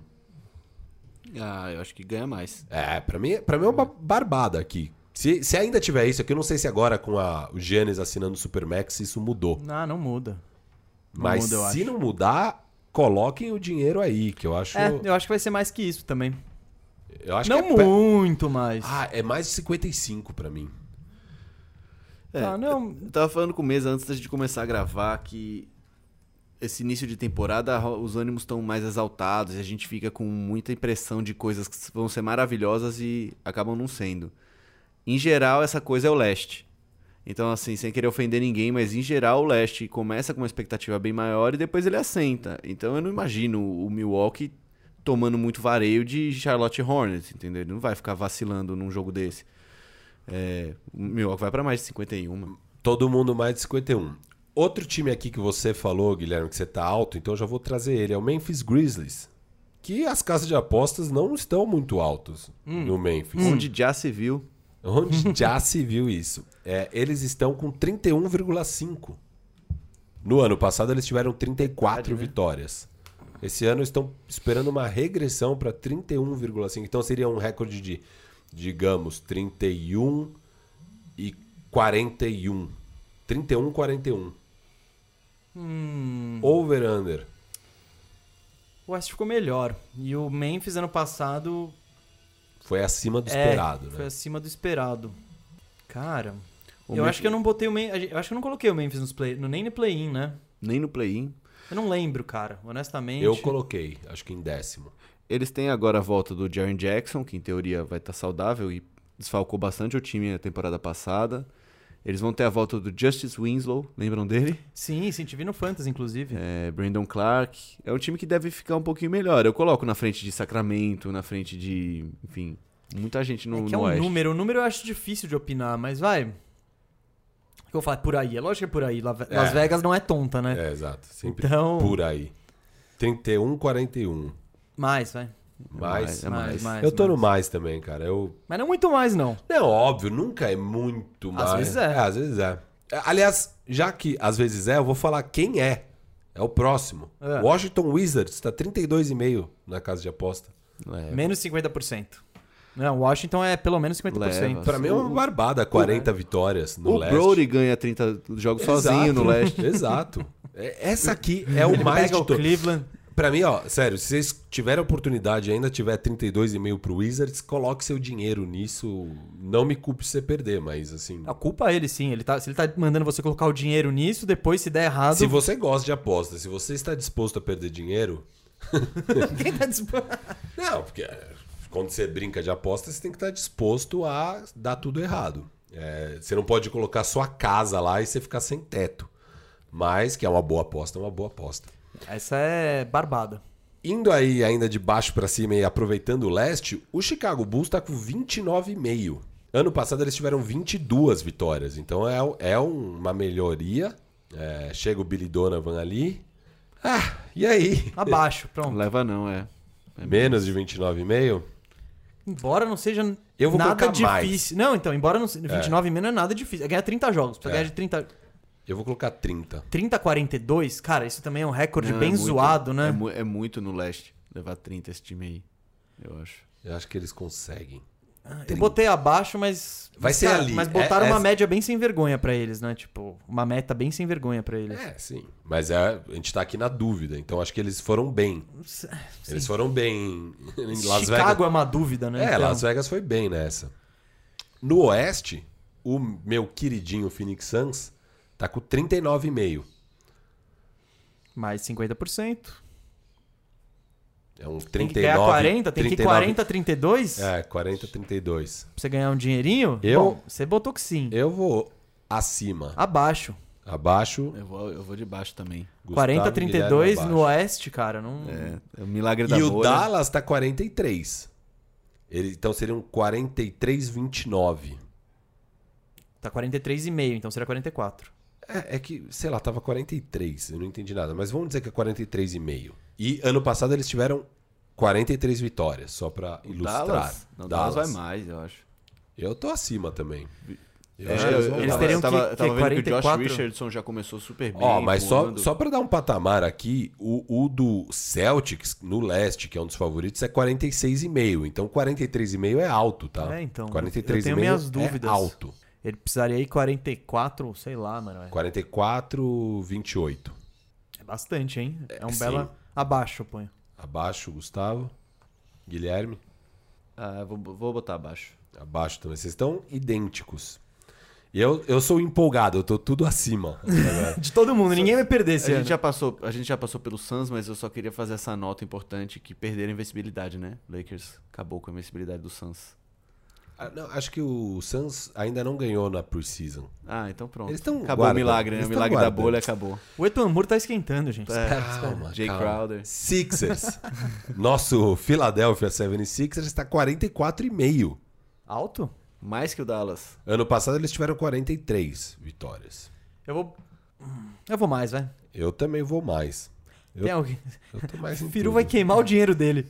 Ah, eu acho que ganha mais.
É, pra mim, pra mim é uma barbada aqui. Se, se ainda tiver isso aqui, eu não sei se agora com a, o Giannis assinando o Supermax isso mudou.
Ah, Não, não muda. Não
Mas
muda, eu
se
acho.
não mudar, coloquem o dinheiro aí, que eu acho.
É, eu acho que vai ser mais que isso também.
eu acho
não
que é pe-
muito mais.
Ah, é mais de 55 pra mim.
É,
Ah, não.
Eu tava falando com o Mesa antes da gente começar a gravar que esse início de temporada ro- os ânimos estão mais exaltados e a gente fica com muita impressão de coisas que vão ser maravilhosas e acabam não sendo. Em geral, essa coisa é o leste. Então, assim, sem querer ofender ninguém, mas em geral o leste começa com uma expectativa bem maior e depois ele assenta. Então eu não imagino o Milwaukee tomando muito vareio de Charlotte Hornets, entendeu? Ele não vai ficar vacilando num jogo desse. É, o Milwaukee vai pra mais de 51.
Todo mundo mais de 51. Outro time aqui que você falou, Guilherme, que você tá alto, então eu já vou trazer ele. É o Memphis Grizzlies. Que as casas de apostas não estão muito altas no Memphis.
Hum.
Onde já se viu.
Onde já se viu isso? É, eles estão com 31,5. No ano passado eles tiveram 34
né?
vitórias. Esse ano estão esperando uma regressão para 31,5. Então seria um recorde de, digamos, 31 e 41. 31, 41.
Uhum.
Over-under.
hum, O West ficou melhor. E o Memphis ano passado
Foi acima do
é,
esperado, né?
foi acima do esperado. Cara,
O
eu
Memphis-
acho que eu não botei o Memphis. Eu acho que eu não coloquei o Memphis nos play, no, nem no play-in, né?
Nem no play-in.
Eu não lembro, cara, honestamente.
Eu coloquei, acho que em décimo.
Eles têm agora a volta do Jaren Jackson, que em teoria vai estar saudável e desfalcou bastante o time na temporada passada. Eles vão ter a volta do Justice Winslow, lembram dele?
Sim, sim, te vi no Fantasy, inclusive.
É, Brandon Clark. É um time que deve ficar um pouquinho melhor. Eu coloco na frente de Sacramento, na frente de. Enfim, muita gente no,
É que é
no
um
Oeste.
número. O número eu acho difícil de opinar, mas vai. O que eu falo? É por aí. É lógico que é por aí. La-
É.
Las Vegas não é tonta, né?
É, exato. Sempre
Então-
por aí. 31, 41.
Mais, vai.
Mais.
mais, é
mais,
mais.
mais.
eu tô no mais também, cara. Eu...
Mas não muito mais, não.
Não, óbvio, nunca é muito mais.
vezes é.
Às vezes é. É, Aliás, já que às vezes é, eu vou falar quem é. É o próximo.
É.
Washington Wizards tá 32,5 na casa de aposta.
É,
Menos 50%. Não, Washington é pelo menos 50%.
Leva.
Pra mim é uma barbada, 40 vitórias no
o
leste.
Brody ganha 30 jogos
Exato,
sozinho no leste.
Exato. É, Essa aqui é o mais
Pega
de
o
todos.
Cleveland.
Pra mim, ó, sério, se vocês tiverem oportunidade e ainda tiver 32,5 pro Wizards, coloque seu dinheiro nisso. Não me culpe se você perder, mas assim.
A culpa é ele, sim. Ele tá, se ele tá mandando você colocar o dinheiro nisso, depois se der errado.
Se você gosta de aposta, se você está disposto a perder dinheiro.
Quem tá disp-
Não, porque é, quando você brinca de aposta, você tem que estar disposto a dar tudo errado. É, você não pode colocar sua casa lá e você ficar sem teto. Mas que é uma boa aposta, é uma boa aposta.
Essa é barbada.
Indo aí ainda de baixo pra cima e aproveitando o leste, o Chicago Bulls tá com 29,5. Ano passado eles tiveram 22 vitórias, então é, é uma melhoria. É, chega o Billy Donovan ali. Ah, e aí?
Abaixo, pronto.
Leva não, é.
Menos de 29,5?
Embora não seja
Eu vou
nada
colocar mais.
difícil. Não, então, embora não seja. 29 menos não é nada difícil. É ganhar 30 jogos. Pra ganhar de 30,
Eu vou colocar 30.
30 42, cara, isso também é um recorde
Não,
bem
é muito-
zoado, né?
É, mu- é muito no leste levar 30 esse time aí, eu acho.
Eu acho que eles conseguem.
Eu botei abaixo, mas.
Vai
mas,
ser ali.
Mas botaram
É-
uma
é-
média bem sem vergonha pra eles, né? Tipo, uma meta bem sem vergonha pra eles.
É, sim. Mas é, a gente tá aqui na dúvida, então acho que eles foram bem. Eles foram bem em- em Las Vegas.
Chicago é uma dúvida, né?
É,
Então,
Las Vegas foi bem nessa. No Oeste, o meu queridinho Phoenix Suns tá com 39,5.
Mais 50%.
É É um
Tem que ganhar
39.
40, tem que ir 40, 32 pra
É, 40, 32.
você ganhar um dinheirinho?
Eu-
Bom, você botou que sim.
Eu vou acima.
Ah. Abaixo.
Abaixo.
Eu vou, eu vou de baixo também.
Gustavo
40, 32
Guilherme
no
abaixo.
Oeste, cara. Não...
É o milagre da
E o
bolha.
Dallas tá 43. Ele, então seria um 43, 29.
Tá 43,5, então será 44.
É, é que, sei lá, tava 43, eu não entendi nada. Mas vamos dizer que é 43,5. E ano passado eles tiveram 43 vitórias, só pra
O
ilustrar.
Dallas? Não, o Dallas vai mais, eu acho.
Eu tô acima também. Eu
É,
acho que eles vão
eles
dar.
teriam
eu tava,
que-
eu tava
que
vendo que o Josh
44?
Richardson já começou super bem.
Ó, mas só,
voando.
só pra dar um patamar aqui, o, o do Celtics, no leste, que é um dos favoritos, é 46,5. Então 43,5 é alto, tá?
É, então.
43,5
Eu tenho minhas dúvidas.
é alto.
Ele precisaria ir 44, sei lá, mano. É,
44, 28.
é bastante, hein? É um
sim.
belo abaixo, eu ponho.
Abaixo, Gustavo. Guilherme.
Ah, eu vou, vou botar abaixo.
Abaixo também. Vocês estão idênticos. E eu, eu sou empolgado, eu tô tudo acima. agora.
De todo mundo, ninguém vai perder
A
esse ano.
gente, já passou, a gente já passou pelo Suns, mas eu só queria fazer essa nota importante que perderam a invencibilidade, né? Lakers acabou com a invencibilidade do Suns.
Ah, não, acho que o Suns ainda não ganhou na preseason.
Ah, então pronto.
Eles tão
acabou o
guardando,
milagre, né?
eles
O
tão
milagre da
guardando.
bolha acabou.
O Etuamur tá esquentando,
É.
gente.
Calma,
Jay
calma.
Crowder.
Sixers. Nosso Philadelphia 76ers está 44,5.
Alto?
Mais que o Dallas.
Ano passado eles tiveram 43 vitórias.
Eu vou. Hum, Eu vou mais, vai.
Eu também vou mais. Eu-
Tem alguém.
Eu tô mais em
O Firu
tudo.
vai queimar o dinheiro dele.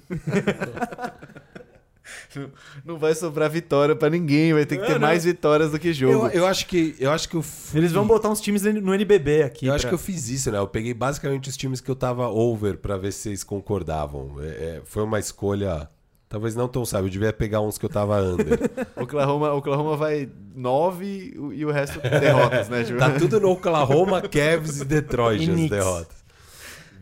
Não vai sobrar vitória pra ninguém, vai ter que ter mais vitórias do que jogo.
eu, eu acho que eu acho que eu fui-
Eles vão botar uns times no NBB aqui.
eu acho
pra-
que eu fiz isso, né? Eu peguei basicamente os times que eu tava over pra ver se vocês concordavam. É- é, foi uma escolha talvez não tão sábio. Eu devia pegar uns que eu tava under.
Oklahoma, Oklahoma vai nove e o- e o resto derrotas, né? Tipo,
tá tudo no Oklahoma, Cavs e Detroit
E
as
Knicks.
derrotas.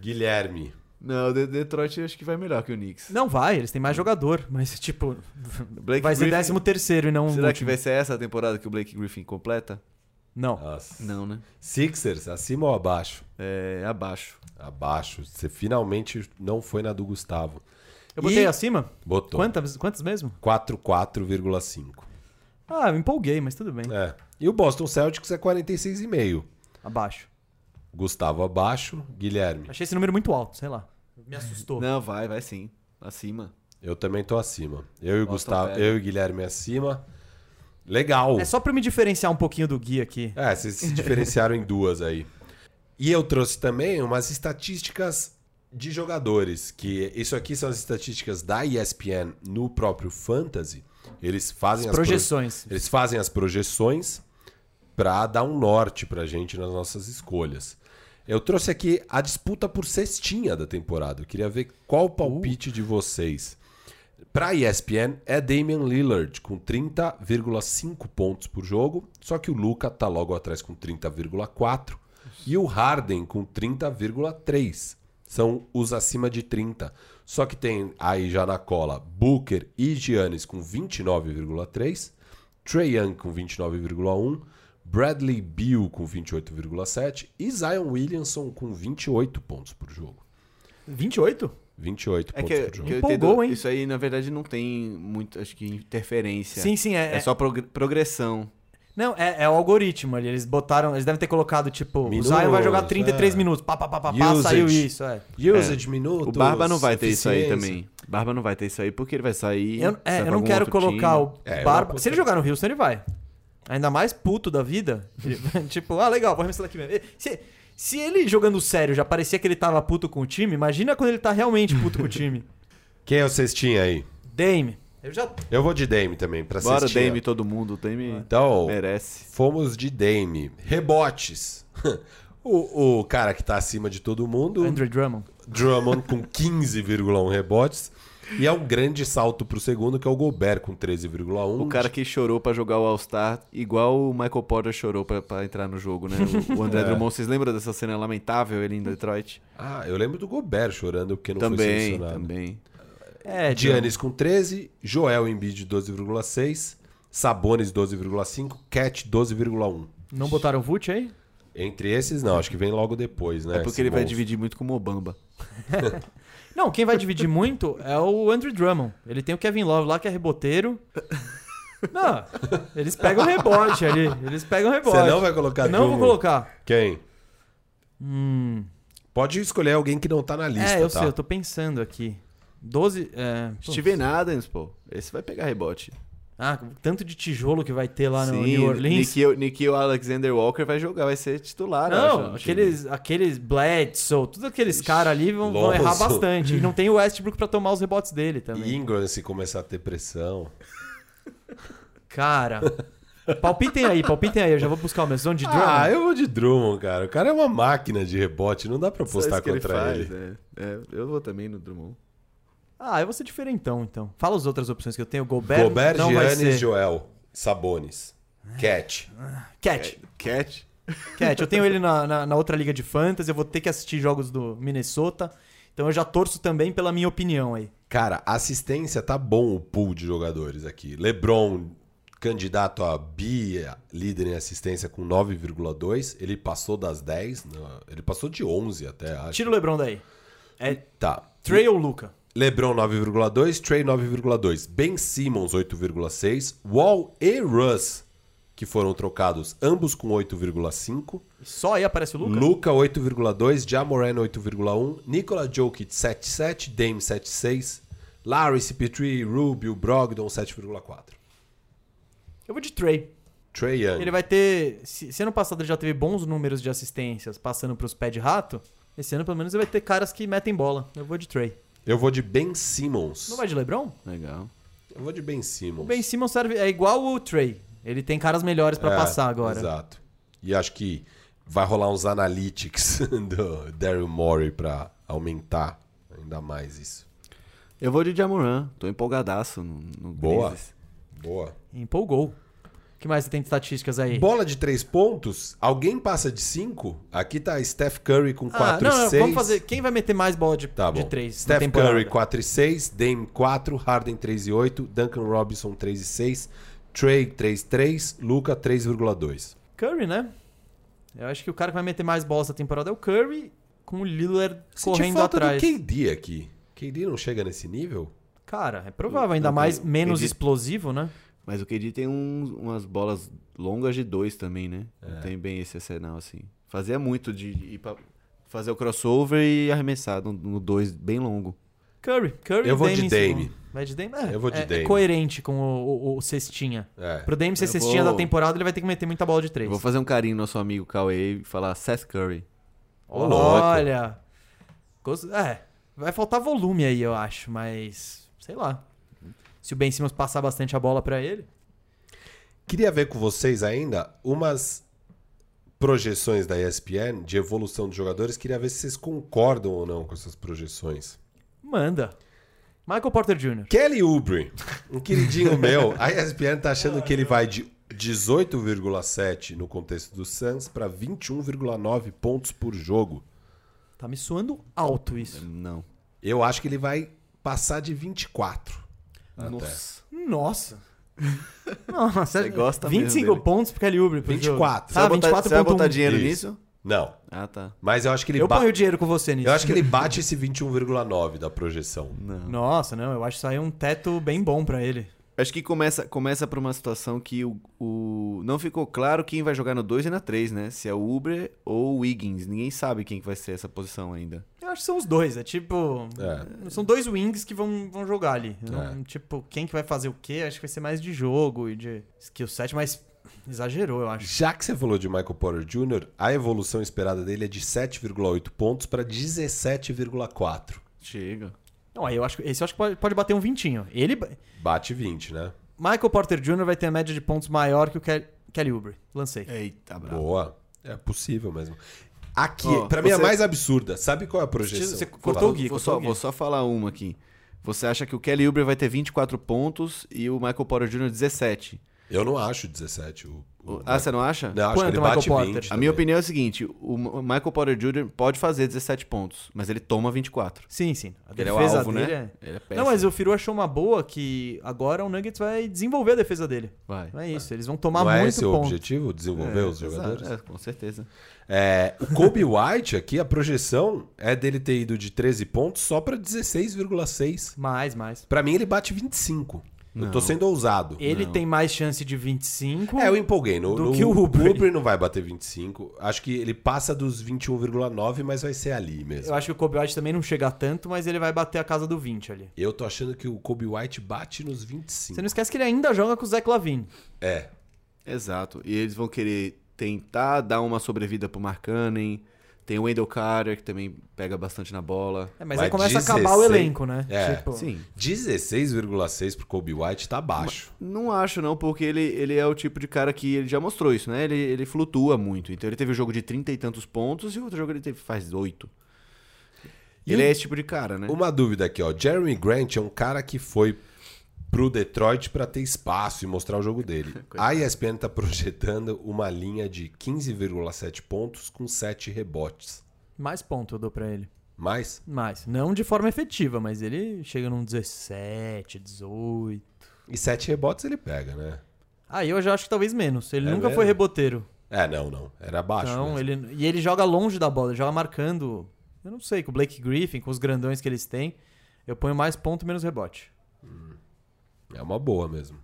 Guilherme.
Não, o De- Detroit eu acho que vai melhor que o Knicks.
Não vai, eles têm mais jogador, mas tipo.
Blake
vai ser
Griffin-
décimo terceiro e não. um
Será que
último.
vai ser essa a temporada que o Blake Griffin completa?
Não.
Nossa.
Não, né?
Sixers, acima ou abaixo?
É abaixo.
Abaixo. Você finalmente não foi na do Gustavo.
Eu botei
E-
acima?
Botou.
Quantas, quantas mesmo?
44,5.
Ah, eu empolguei, mas tudo bem.
É. E o Boston Celtics é 46,5.
Abaixo.
Gustavo abaixo, Guilherme.
Achei esse número muito alto, sei lá. Me assustou.
Não, vai, vai sim. Acima. eu
Eu também tô acima. Eu e
Boston
Gustavo,
pega.
eu e Guilherme acima. Legal.
É só pra eu me diferenciar um pouquinho do Gui aqui.
É, vocês se diferenciaram em duas aí. E eu trouxe também umas estatísticas de jogadores, que isso aqui são as estatísticas da ESPN no próprio Fantasy. Eles fazem as, pro-
Projeções.
Eles fazem as projeções pra dar um norte pra gente nas nossas escolhas. Eu trouxe aqui a disputa por cestinha da temporada. Eu queria ver qual o palpite de vocês. Pra ESPN é Damian Lillard com 30,5 pontos por jogo, só que o Luca tá logo atrás com 30,4 e o Harden com 30,3. São os acima de 30. Só que tem aí já na cola Booker e Giannis com 29,3, Trae Young com 29,1, Bradley Beal com 28,7 e Zion Williamson com 28 pontos por jogo.
28?
28
É
pontos
que,
por jogo.
que eu
Empolgou,
entendo-
hein?
Isso aí, na verdade, não tem muito, acho que, interferência.
Sim, sim, é.
É só prog- progressão.
Não, é, é o algoritmo ali. Eles botaram. Eles devem ter colocado, tipo,
Minutos,
o Zion vai jogar 33
é.
minutos. Pá, pá, pá, pá, pá,
Usage.
saiu isso. É.
Usage, minutos,
O Barba não vai ter isso aí
eficiência.
também. Barba não vai ter isso aí porque ele vai sair.
Eu, é,
sai
eu
pra
não
algum
quero
outro
colocar
time.
o
É, eu
Barba.
aposto-
Se ele jogar no Houston, ele vai. Ainda mais puto da vida. Ele vai, tipo, ah, legal, vou arremessar daqui mesmo. Se, se ele jogando sério já parecia que ele tava puto com o time, imagina quando ele tá realmente puto com o time.
Quem é o cestinha aí?
Dame. Eu já.
Eu vou de Dame também, pra
Bora,
cestinha.
Dame, todo mundo. O Dame
Então,
merece.
fomos de Dame. Rebotes. O, o cara que tá acima de todo mundo,
Andrew Drummond.
Drummond com 15,1 rebotes. E é um grande salto pro segundo, que é o Gobert com 13,1.
O cara que chorou pra jogar o All-Star, igual o Michael Porter chorou pra, pra entrar no jogo, né? O, o
É.
André Drummond, vocês lembram dessa cena lamentável ele em Detroit?
Ah, eu lembro do Gobert chorando porque não foi
também,
selecionado.
também.
É, Drummond.
Giannis com 13, Joel Embiid 12,6, Sabonis 12,5, Cat 12,1.
Não botaram o Vult aí?
Entre esses, não. Acho que vem logo depois, né?
É porque
esse
ele vai
monstro.
dividir muito com o Mobamba.
Não, quem vai dividir muito é o Andrew Drummond. Ele tem o Kevin Love lá, que é reboteiro. Não, eles pegam o rebote ali. Eles pegam o rebote.
Você não vai colocar
Não vou
Drummond?
colocar.
Quem?
Hum,
Pode escolher alguém que não tá na lista,
é, eu
tá?
sei, eu tô pensando aqui. 12. É, pô,
Steven Adams, pô. Esse vai pegar rebote.
Ah, tanto de tijolo que vai ter lá no New Orleans.
Nikhil, Nikhil Alexander Walker vai jogar, vai ser titular. eu acho,
Não,
no time.
aqueles, aqueles Bledsoe, todos aqueles caras ali vão, vão errar
Lonzo.
bastante. E não tem o Westbrook pra tomar os rebotes dele também.
Ingram, se começar a ter pressão.
Cara, palpitem aí, palpitem aí. Eu já vou buscar o meu zone de drone.
Ah, eu vou de Drummond, cara. O cara é uma máquina de rebote, não dá pra
Só isso
apostar
que ele
contra
faz,
ele.
né? É, eu vou também no Drummond.
Ah, eu vou ser diferentão, então. Fala as outras opções que eu tenho. Gobert,
Gobert,
não vai ser. É.
Giannis, Joel, Sabonis, Cat.
Cat.
Cat?
Cat. Eu tenho ele na, na, na outra liga de fantasy. Eu vou ter que assistir jogos do Minnesota. Então eu já torço também pela minha opinião aí.
Cara, assistência tá bom o pool de jogadores aqui. LeBron, candidato a Bia, líder em assistência com 9,2. Ele passou das 10, não, ele passou de 11 até, acho.
Tira o LeBron daí. É
Tá.
Trey ou Luca?
LeBron 9,2, Trey 9,2, Ben Simmons 8,6, Wall e Russ, que foram trocados, ambos com 8,5,
Só aí aparece o Luca?
Luca 8,2, Jamoran 8,1, Nikola Jokic 7,7, Dame 7,6, Larry, CP3, Rubio, Brogdon 7,4.
Eu vou de Trey.
Trey Young.
Ele vai ter. Se, se ano passado ele já teve bons números de assistências passando pros pés de rato, esse ano pelo menos ele vai ter caras que metem bola. Eu vou de Trey.
Eu vou de Ben Simmons.
Não vai de LeBron?
Legal.
Eu vou de Ben Simmons.
O Ben Simmons serve, é igual o Trey. Ele tem caras melhores pra
É,
passar agora.
Exato. E acho que vai rolar uns analytics do Daryl Morey pra aumentar ainda mais isso.
Eu vou de Jamoran. Tô empolgadaço no, no
Boa.
Grizzlies.
Boa.
Empolgou. O que mais você tem de estatísticas aí?
Bola de três pontos, alguém passa de cinco? Aqui tá Steph Curry com
ah,
4
não,
e
não,
6.
vamos fazer. Quem vai meter mais bola de,
Tá bom.
de três? na
Steph
temporada?
Curry 4 e 6, Dame 4, Harden 3 e 8, Duncan Robinson 3 e 6, Trey 3 e 3, Luca 3,2.
Curry, né? Eu acho que o cara que vai meter mais bola essa temporada é o Curry, com o Lillard
Senti
correndo
falta
atrás.
do KD aqui. KD não chega nesse nível?
Cara, é provável, ainda
Não,
mais
ele-
menos
ele-
explosivo, né?
Mas o KD tem uns- umas bolas longas de dois também, né? Não tem bem esse arsenal, assim. Fazia muito de ir pra fazer o crossover e arremessar no- no dois bem longo.
Curry, Curry
Eu
e
vou
Dame
de
em segundo.
Dame.
Vai de Dame? É,
Eu vou de
é- é
Dame.
coerente com o, o- o cestinha.
É.
Pro Dame ser
Eu
cestinha
vou-
da temporada, ele vai ter que meter muita bola de
Eu
três.
vou fazer um carinho no nosso amigo Cauê e falar Seth Curry.
Ô, louco.
Olha. Gosto- É, vai faltar volume aí, eu acho, mas sei lá. Se o Ben Simmons passar bastante a bola pra ele.
Queria ver com vocês ainda umas projeções da ESPN de evolução dos jogadores. Queria ver se vocês concordam ou não com essas projeções.
Manda. Michael Porter Jr.
Kelly Oubre, um queridinho meu. A ESPN tá achando que ele vai de 18,7 no contexto do Suns para 21,9 pontos por jogo.
Tá me suando alto isso.
Não.
Eu acho que ele vai passar de 24.
Nossa.
Nossa. Nossa,
Você gosta mesmo
25
dele.
pontos pro Kelly Oubre.
24.
Tá,
vai botar-
24
você vai botar
ponto um.
dinheiro
Isso.
nisso?
Não,
Ah, tá.
mas eu acho que ele
Eu
ba-
ponho dinheiro com você nisso.
Eu acho que ele bate esse 21,9 da projeção.
Nossa, não, eu acho que saiu um teto bem bom pra ele.
Acho que começa, começa por uma situação que o, o- não ficou claro quem vai jogar no 2 e na 3, né? Se é o Uber ou o Wiggins. Ninguém sabe quem que vai ser essa posição ainda.
Eu acho que são os dois, é tipo.
É.
São dois wings que vão, vão jogar ali. Eu não- tipo, quem que vai fazer o quê? Acho que vai ser mais de jogo e de skill set, mas exagerou, eu acho.
Já que você falou de Michael Porter Jr., a evolução esperada dele é de 7,8 pontos para 17,4.
Chega.
Não, aí eu acho que. Esse eu acho que pode, pode bater um vintinho. Ele. ba-
Bate 20, né?
Michael Porter Jr. vai ter a média de pontos maior que o Kel- Kelly Oubre.
É.
Lancei.
Eita, bravo.
Boa. É possível mesmo. Aqui,
Ó,
pra mim, é a
você-
mais absurda. Sabe qual é a projeção?
Você
Fala.
cortou o Gui.
Vou
cortou
só,
o Gui.
vou só falar uma aqui. Você acha que o Kelly Uber vai ter 24 pontos e o Michael Porter Jr. 17.
Eu não acho 17 o, o
O- Ah, você não acha?
Não, acho
Quanto
que ele
Michael
bate
Porter?
20.
A minha
também.
opinião é o seguinte: o Ma- Michael Porter Jr. pode fazer 17 pontos, mas ele toma 24.
Sim, sim. A
Ele é o
defesa
alvo,
dele
né?
é...
Ele é péssimo.
Não, mas o Firu achou uma boa que agora o Nuggets vai desenvolver a defesa dele.
Vai.
É isso, eles vão tomar
Não é
muito
esse o
ponto.
objetivo? Desenvolver os
Exato,
jogadores?
É, com certeza.
É, o Kobe White aqui, a projeção é dele ter ido de 13 pontos só pra 16,6.
Mais, mais.
Pra mim ele bate 25. Eu tô
Não.
sendo ousado.
Ele tem mais chance de 25.
É, eu empolguei. No,
Do
no,
que o
o
Uber.
Uber não vai bater 25. Acho que ele passa dos 21,9, mas vai ser ali mesmo.
Eu acho que o Kobe White também não chega tanto, mas ele vai bater a casa do 20 ali.
Eu tô achando que o Kobe White bate nos 25.
Você não esquece que ele ainda joga com o Zach Lavine.
É.
Exato. E eles vão querer tentar dar uma sobrevida pro Markkanen. Tem o Wendell Carter, que também pega bastante na bola.
É, mas
Vai
aí começa a acabar o
16.
elenco, né?
É.
Tipo,
Sim.
16,6 pro Kobe White tá baixo.
Não acho, não, porque ele, ele é o tipo de cara que ele já mostrou isso, né? Ele, ele flutua muito. Então ele teve um jogo de 30 e tantos pontos e outro jogo ele teve, faz 8.
E
ele
o-
é esse tipo de cara, né?
Uma dúvida aqui, ó. Jeremy Grant é um cara que foi pro Detroit pra ter espaço e mostrar o jogo dele. A ESPN tá projetando uma linha de 15,7 pontos com 7 rebotes.
mais ponto eu dou pra ele.
Mais?
Mais. Não de forma efetiva, mas ele chega num 17, 18.
E 7 rebotes ele pega, né?
Aí eu já acho que talvez menos. Ele
É
nunca
mesmo?
foi reboteiro.
É, não, não. Era baixo.
Então,
mesmo.
ele, e ele joga longe da bola, ele joga marcando. Eu não sei, com o Blake Griffin, com os grandões que eles têm. Eu ponho mais ponto, menos rebote.
É uma boa mesmo.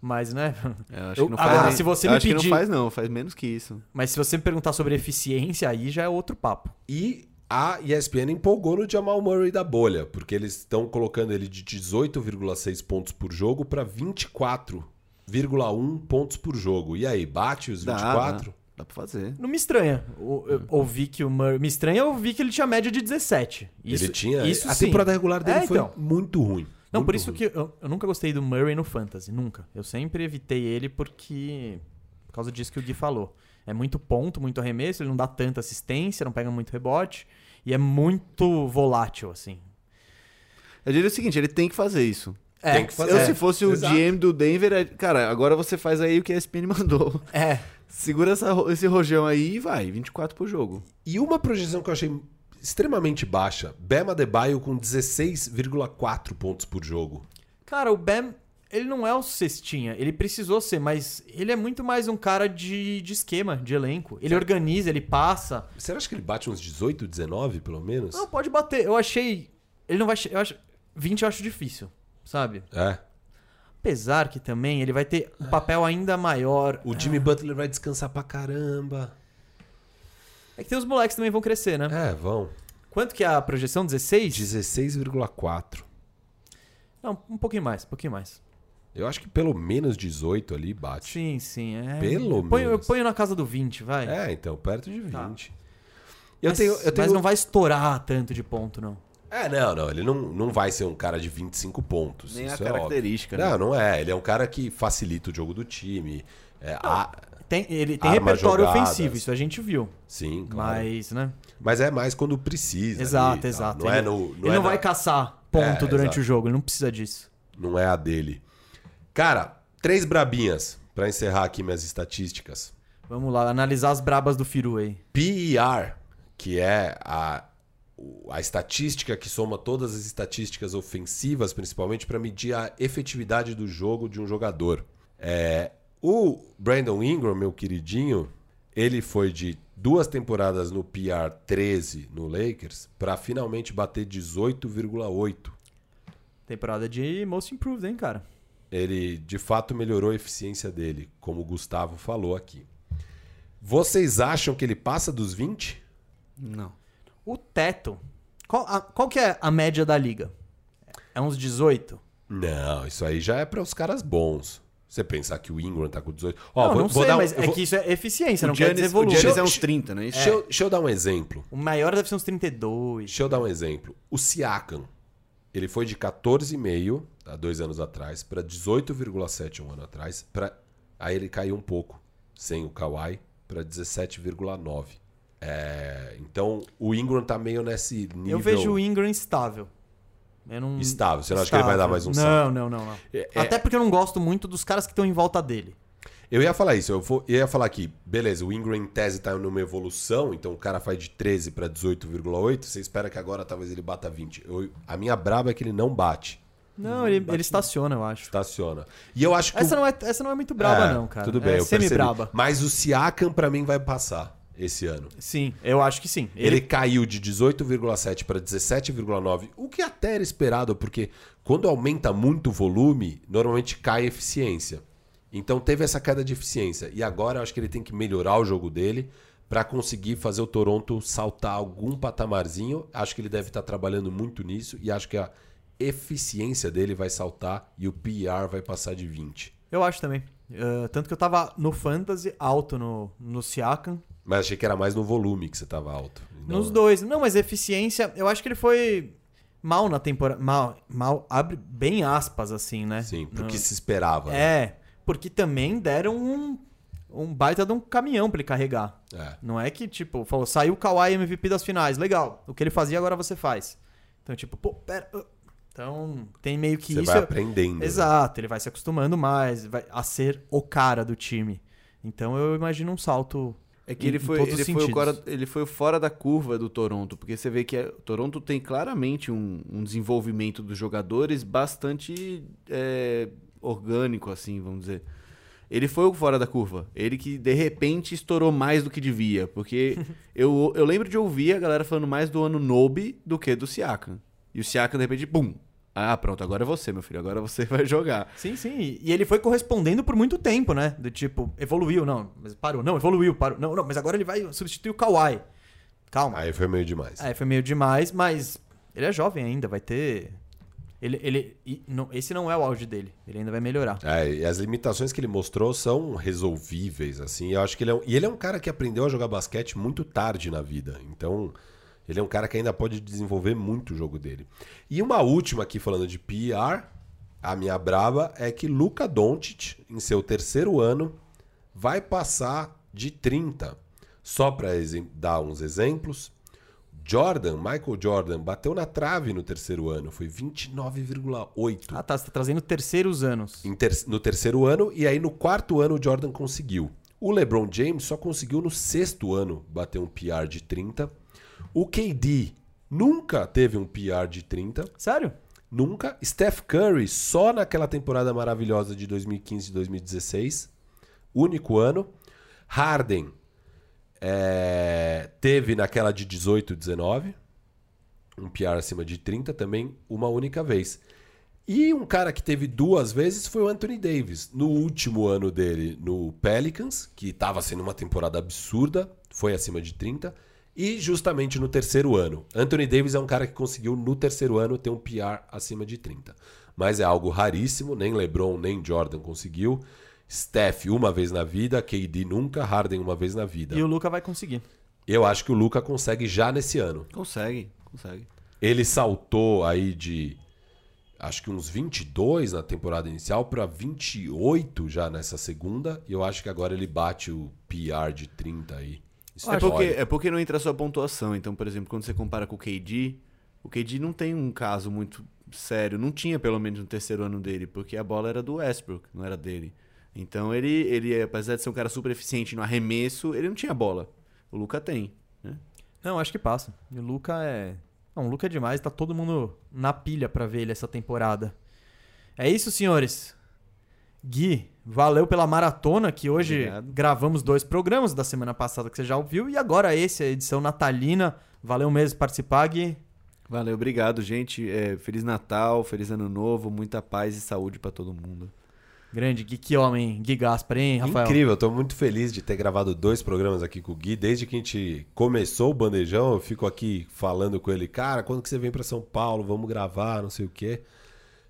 Mas, né?
É, Eu acho
Eu-
que não
agora,
nem-
se você
eu
me
acho que
pedir-
não faz, não, faz menos que isso.
Mas se você me perguntar sobre eficiência, aí já é outro papo.
E a ESPN empolgou no Jamal Murray da bolha, porque eles estão colocando ele de 18,6 pontos por jogo pra 24,1 pontos por jogo. E aí, bate os
Dá,
24?
Dá, dá pra fazer.
Não me estranha. O-
Uhum.
eu ouvi que o Murray. Me estranha ouvir que ele tinha média de 17. Isso,
ele tinha.
Isso
a
sim.
temporada regular dele
É,
foi
então.
muito ruim.
Não,
Muito
por isso
ruim.
que eu, eu nunca gostei do Murray no Fantasy, nunca. Eu sempre evitei ele porque. Por causa disso que o Gui falou. É muito ponto, muito arremesso, ele não dá tanta assistência, não pega muito rebote. E é muito volátil, assim.
Eu diria o seguinte, ele tem que fazer isso.
É,
Tem que fazer.
Eu,
é,
se fosse o
exato.
GM do Denver, é- cara, agora você faz aí o que a ESPN mandou.
É.
Segura essa ro- esse rojão aí e vai, 24 pro jogo.
E uma projeção que eu achei extremamente baixa: Bema Debaio com 16,4 pontos por jogo.
Cara, o Bam, ele não é o cestinha, ele precisou ser, mas ele é muito mais um cara de, de esquema, de elenco. Ele organiza, ele passa.
Você acha que ele bate uns 18, 19 pelo menos?
Não, pode bater. Eu achei. Ele não vai. che- Eu acho, 20 eu acho difícil, sabe?
É.
Apesar que também ele vai ter um papel ainda maior.
O Jimmy Butler vai descansar pra caramba.
É que tem os moleques que também vão crescer, né?
É, vão.
Quanto que é a projeção? 16?
16,4.
Não, um pouquinho mais, um pouquinho mais.
Eu acho que pelo menos 18 ali bate.
Sim, sim. É...
Pelo
eu ponho,
menos.
Eu ponho na casa do 20, vai.
É, então, perto de 20.
Tá.
Eu
mas,
tenho. Eu tenho...
mas não vai estourar tanto de ponto, não.
É, não, não. Ele não, não vai ser um cara de 25 pontos.
Nem a
isso é óbvio.
característica, né?
Não, não é. Ele é um cara que facilita o jogo do time. É, a-
Tem, ele tem
Arma
repertório
jogadas.
ofensivo, isso a gente viu.
Sim, claro. Mas...
Mas, né?
é mais quando precisa. ali,
exato,
tá?
exato.
Não
ele
é no, não
ele
é
não
na-
vai caçar ponto
É,
durante
exato.
o jogo, ele não precisa disso.
não é a dele. Cara, três brabinhas pra encerrar aqui minhas estatísticas.
Vamos lá, analisar as brabas do Firu aí.
PER, que é a, o- a estatística que soma todas as estatísticas ofensivas, principalmente, para medir a efetividade do jogo de um jogador. É, o Brandon Ingram, meu queridinho, ele foi de duas temporadas no PR 13 no Lakers para finalmente bater 18,8.
Temporada de Most Improved, hein, cara?
Ele de fato melhorou a eficiência dele, como o Gustavo falou aqui. Vocês acham que ele passa dos 20?
Não.
O teto. Qual, a- qual que é a média da liga? É uns 18?
Não, isso aí já é para os caras bons. Você pensar que o Ingram tá com 18. Ó,
não,
vou,
não
vou
sei,
dar um-
mas
eu
é
vou-
que isso é eficiência, não
o
quer dizer
Giannis, o
volume.
Giannis é
eu-
uns 30, né? Isso?
Deixa, eu, deixa eu dar um exemplo.
O maior deve ser uns 32.
Deixa eu dar um exemplo. O Siakam, ele foi de 14,5 há dois anos atrás para 18,7 um ano atrás. Pra... Aí ele caiu um pouco, sem o Kawhi, para 17,9. É, Então o Ingram tá meio nesse nível
Eu vejo o Ingram instável. Eu não...
estável. Você não acha que ele vai dar mais um
não,
salto?
Não, não, não.
É- é-
Até porque eu não gosto muito dos caras que estão em volta dele.
Eu ia falar isso, eu, vou- eu ia falar que, beleza, o Ingram em tese tá numa evolução, então o cara faz de 13 para 18,8, você espera que agora talvez ele bata 20. Eu- a minha braba é que ele não bate,
Não, ele, ele estaciona, eu acho.
estaciona. E eu acho que...
Essa
o-
não, é, essa não é muito braba,
É,
não, cara.
Tudo bem,
é
eu percebi.
semi-braba.
Mas o Siakam pra mim vai passar esse ano.
Sim, eu acho que sim.
Ele caiu de 18,7 para 17,9, o que até era esperado, porque quando aumenta muito o volume, normalmente cai a eficiência. Então teve essa queda de eficiência. E agora eu acho que ele tem que melhorar o jogo dele para conseguir fazer o Toronto saltar algum patamarzinho. Acho que ele deve estar trabalhando muito nisso e acho que a eficiência dele vai saltar e o PR vai passar de 20.
Eu acho também. Ah, tanto que eu tava no Fantasy alto no, no Siakam.
Mas achei que era mais no volume que você estava alto. Não-
Nos dois. Não, mas eficiência. Eu acho que ele foi mal na temporada. Mal, mal abre bem aspas, assim, né?
Sim,
No-
porque se esperava. né?
É, porque também deram um, um baita de um caminhão pra ele carregar.
É.
Não é que, tipo, falou, saiu o Kawhi MVP das finais, legal. O que ele fazia, agora você faz. Então, tipo, pô, pera. ah. Então, tem meio que
Você
isso.
vai aprendendo. né?
Exato, ele vai se acostumando mais vai a ser o cara do time. Então eu imagino um salto.
É que ele
em- em
foi,
todos os
ele, foi o
sentidos.
fora, ele foi o fora da curva do Toronto, porque você vê que é- o Toronto tem claramente um, um desenvolvimento dos jogadores bastante é, orgânico, assim, vamos dizer. Ele foi o fora da curva. Ele que, de repente, estourou mais do que devia. Porque eu, eu lembro de ouvir a galera falando mais do ano Nobe do que do Siakam. E o Siakam, de repente, pum! Ah, pronto, agora é você, meu filho. Agora você vai jogar.
Sim, sim. E e ele foi correspondendo por muito tempo, né? Do tipo, evoluiu, não, mas parou. Não, evoluiu, parou. Não, não, mas agora ele vai substituir o Kawhi. Calma.
Aí foi meio demais.
É, foi meio demais, mas ele é jovem ainda, vai ter. Ele, ele, e não- esse não é o auge dele, ele ainda vai melhorar.
É, e as limitações que ele mostrou são resolvíveis, assim. Eu acho que ele é um, e ele é um cara que aprendeu a jogar basquete muito tarde na vida. Então, ele é um cara que ainda pode desenvolver muito o jogo dele. E uma última aqui falando de PR, a minha brava é que Luca Doncic, em seu terceiro ano, vai passar de 30. Só para dar uns exemplos, Jordan, Michael Jordan, bateu na trave no terceiro ano, foi 29,8
Ah, tá, você tá trazendo terceiros anos.
em ter- no terceiro ano, e aí no quarto ano o Jordan conseguiu. O LeBron James só conseguiu no sexto ano bater um PR de 30. O KD nunca teve um PR de 30.
Sério?
Nunca. Steph Curry só naquela temporada maravilhosa de 2015 e 2016. Único ano. Harden é, teve naquela de 18 19. Um PR acima de 30 também, uma única vez. E um cara que teve duas vezes foi o Anthony Davis. No último ano dele no Pelicans, que estava sendo uma temporada absurda, foi acima de 30. E justamente no terceiro ano. Anthony Davis é um cara que conseguiu no terceiro ano ter um PR acima de 30. Mas é algo raríssimo, nem LeBron nem Jordan conseguiu. Steph uma vez na vida, KD nunca, Harden uma vez na vida.
E o Luca vai conseguir.
Eu acho que o Luca consegue já nesse ano.
Consegue, consegue.
Ele saltou aí de acho que uns 22 na temporada inicial para 28 já nessa segunda. E eu acho que agora ele bate o PR de 30 aí. Isso
É porque, é porque não entra só pontuação. Então, por exemplo, quando você compara com o KD, o KD não tem um caso muito sério. Não tinha, pelo menos, no terceiro ano dele, porque a bola era do Westbrook, não era dele. Então, ele, ele apesar de ser um cara super eficiente no arremesso, ele não tinha bola. O Luca tem. Né?
Não, acho que passa. E o Luca é. Não, o Luca é demais, tá todo mundo na pilha pra ver ele essa temporada. É isso, senhores. Gui, valeu pela maratona que hoje
Obrigado.
gravamos dois programas da semana passada que você já ouviu e agora esse, a edição natalina. Valeu mesmo participar, Gui.
Valeu, obrigado, gente. É, feliz Natal, feliz Ano Novo, muita paz e saúde pra todo mundo.
Grande, Gui, que homem, hein? Gui Gaspar, hein, Rafael?
Incrível, eu tô muito feliz de ter gravado dois programas aqui com o Gui. Desde que a gente começou o bandejão, eu fico aqui falando com ele, cara, quando que você vem para São Paulo? Vamos gravar, não sei o quê.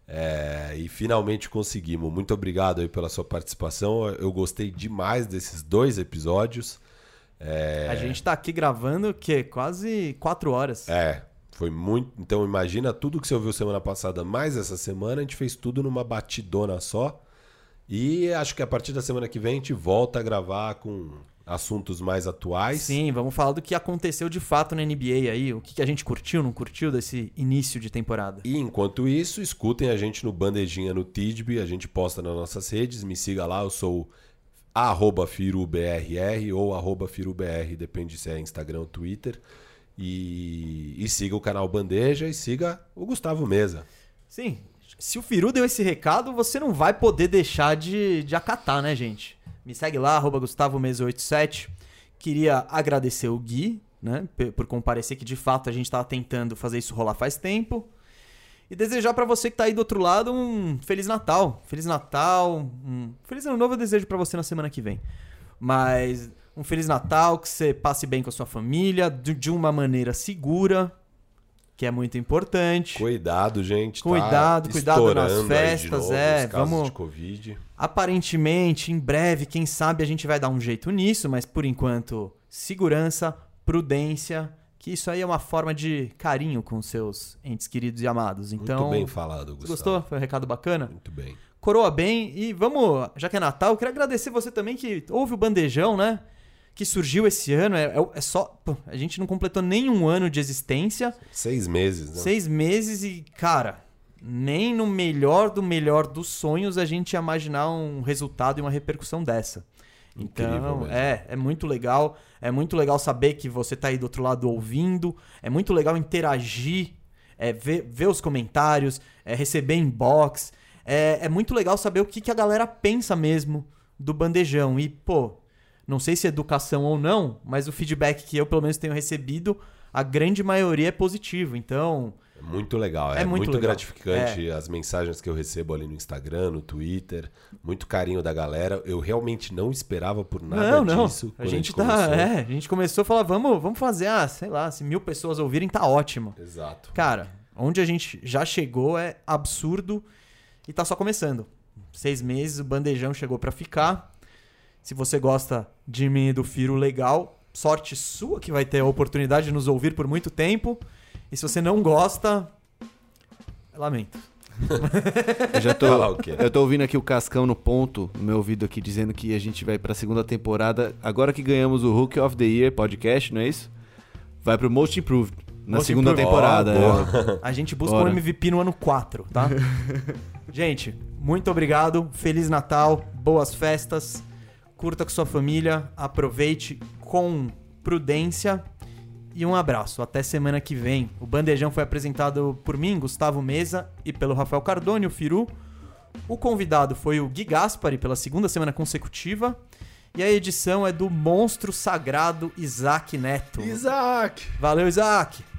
É, e finalmente conseguimos. Muito obrigado aí pela sua participação. Eu gostei demais desses dois episódios.
A gente tá aqui gravando o quê? Quase quatro horas.
É, foi muito. Então imagina tudo que você ouviu semana passada, mais essa semana, a gente fez tudo numa batidona só. E acho que a partir da semana que vem a gente volta a gravar com assuntos mais atuais.
Sim, vamos falar do que aconteceu de fato na NBA aí, o que que a gente curtiu, não curtiu desse início de temporada.
E enquanto isso, escutem a gente no Bandejinha no Tidby, a gente posta nas nossas redes, me siga lá, eu sou arroba FiruBRR ou arroba FiruBR, depende se é Instagram ou Twitter. E, e siga o canal Bandeja e siga o Gustavo Mesa.
Sim. Se o Firu deu esse recado, você não vai poder deixar de, de acatar, né, gente? Me segue lá, arroba GustavoMesa87. Queria agradecer o Gui, né, pe- por comparecer, que de fato a gente estava tentando fazer isso rolar faz tempo. E desejar pra você que tá aí do outro lado um Feliz Natal. Feliz Natal. Um Feliz Ano Novo eu desejo pra você na semana que vem. Mas um Feliz Natal, que você passe bem com a sua família, de de uma maneira segura, que é muito importante.
Cuidado, gente. tá
Cuidado, cuidado nas
estourando aí de
festas,
novo
é,
os casos
vamos-
de Covid.
Aparentemente, em breve, quem sabe a gente vai dar um jeito nisso, mas por enquanto, segurança, prudência, que isso aí é uma forma de carinho com seus entes queridos e amados. Então,
Muito bem falado, Gustavo.
gostou? Foi um recado bacana?
Muito bem.
coroa bem e vamos, já que é Natal, eu quero agradecer você também que houve o bandejão, né? Que surgiu esse ano, é, é- é só. pô, a gente não completou nenhum ano de existência,
Seis meses, né?
seis meses e, cara, nem no melhor do melhor dos sonhos a gente ia imaginar um resultado e uma repercussão dessa.
Incrível
Então,
mesmo.
é, é muito legal. É muito legal saber que você tá aí do outro lado ouvindo. É muito legal interagir, é, ver, ver os comentários, é, receber inbox. É, é muito legal saber o que, que a galera pensa mesmo do bandejão. E, pô, não sei se é educação ou não, mas o feedback que eu pelo menos tenho recebido, a grande maioria é positivo. Então,
É Muito legal, é,
É muito
muito,
legal. É.
gratificante as mensagens que eu recebo ali no Instagram, no Twitter, muito carinho da galera. Eu realmente não esperava por nada
não, não.
disso.
a
quando
gente tá.
começou.
É, a gente começou a falar, vamos, vamos fazer, ah, sei lá, se mil pessoas ouvirem, tá ótimo.
Exato.
Cara, onde a gente já chegou é absurdo e tá só começando. Seis meses, o bandejão chegou pra ficar. Se você gosta de mim e do Firo, legal. Sorte sua que vai ter a oportunidade de nos ouvir por muito tempo. E se você não gosta, lamento.
Eu já tô,
Falar o quê?
eu tô ouvindo aqui o Cascão no ponto, no meu ouvido aqui, dizendo que a gente vai pra segunda temporada. Agora que ganhamos o Hook of the Year podcast, não é isso? Vai pro Most Improved. Na
Most
segunda
Improved.
temporada.
Ó,
é.
A gente busca
Bora.
um MVP no ano 4, tá? gente, muito obrigado. Feliz Natal, boas festas. Curta com sua família, aproveite com prudência e um abraço. Até semana que vem. O Bandejão foi apresentado por mim, Gustavo Mesa, e pelo Rafael Cardone, o Firu. O convidado foi o Gui Gaspari pela segunda semana consecutiva. E a edição é do monstro sagrado Isaac Neto.
Isaac!
Valeu, Isaac!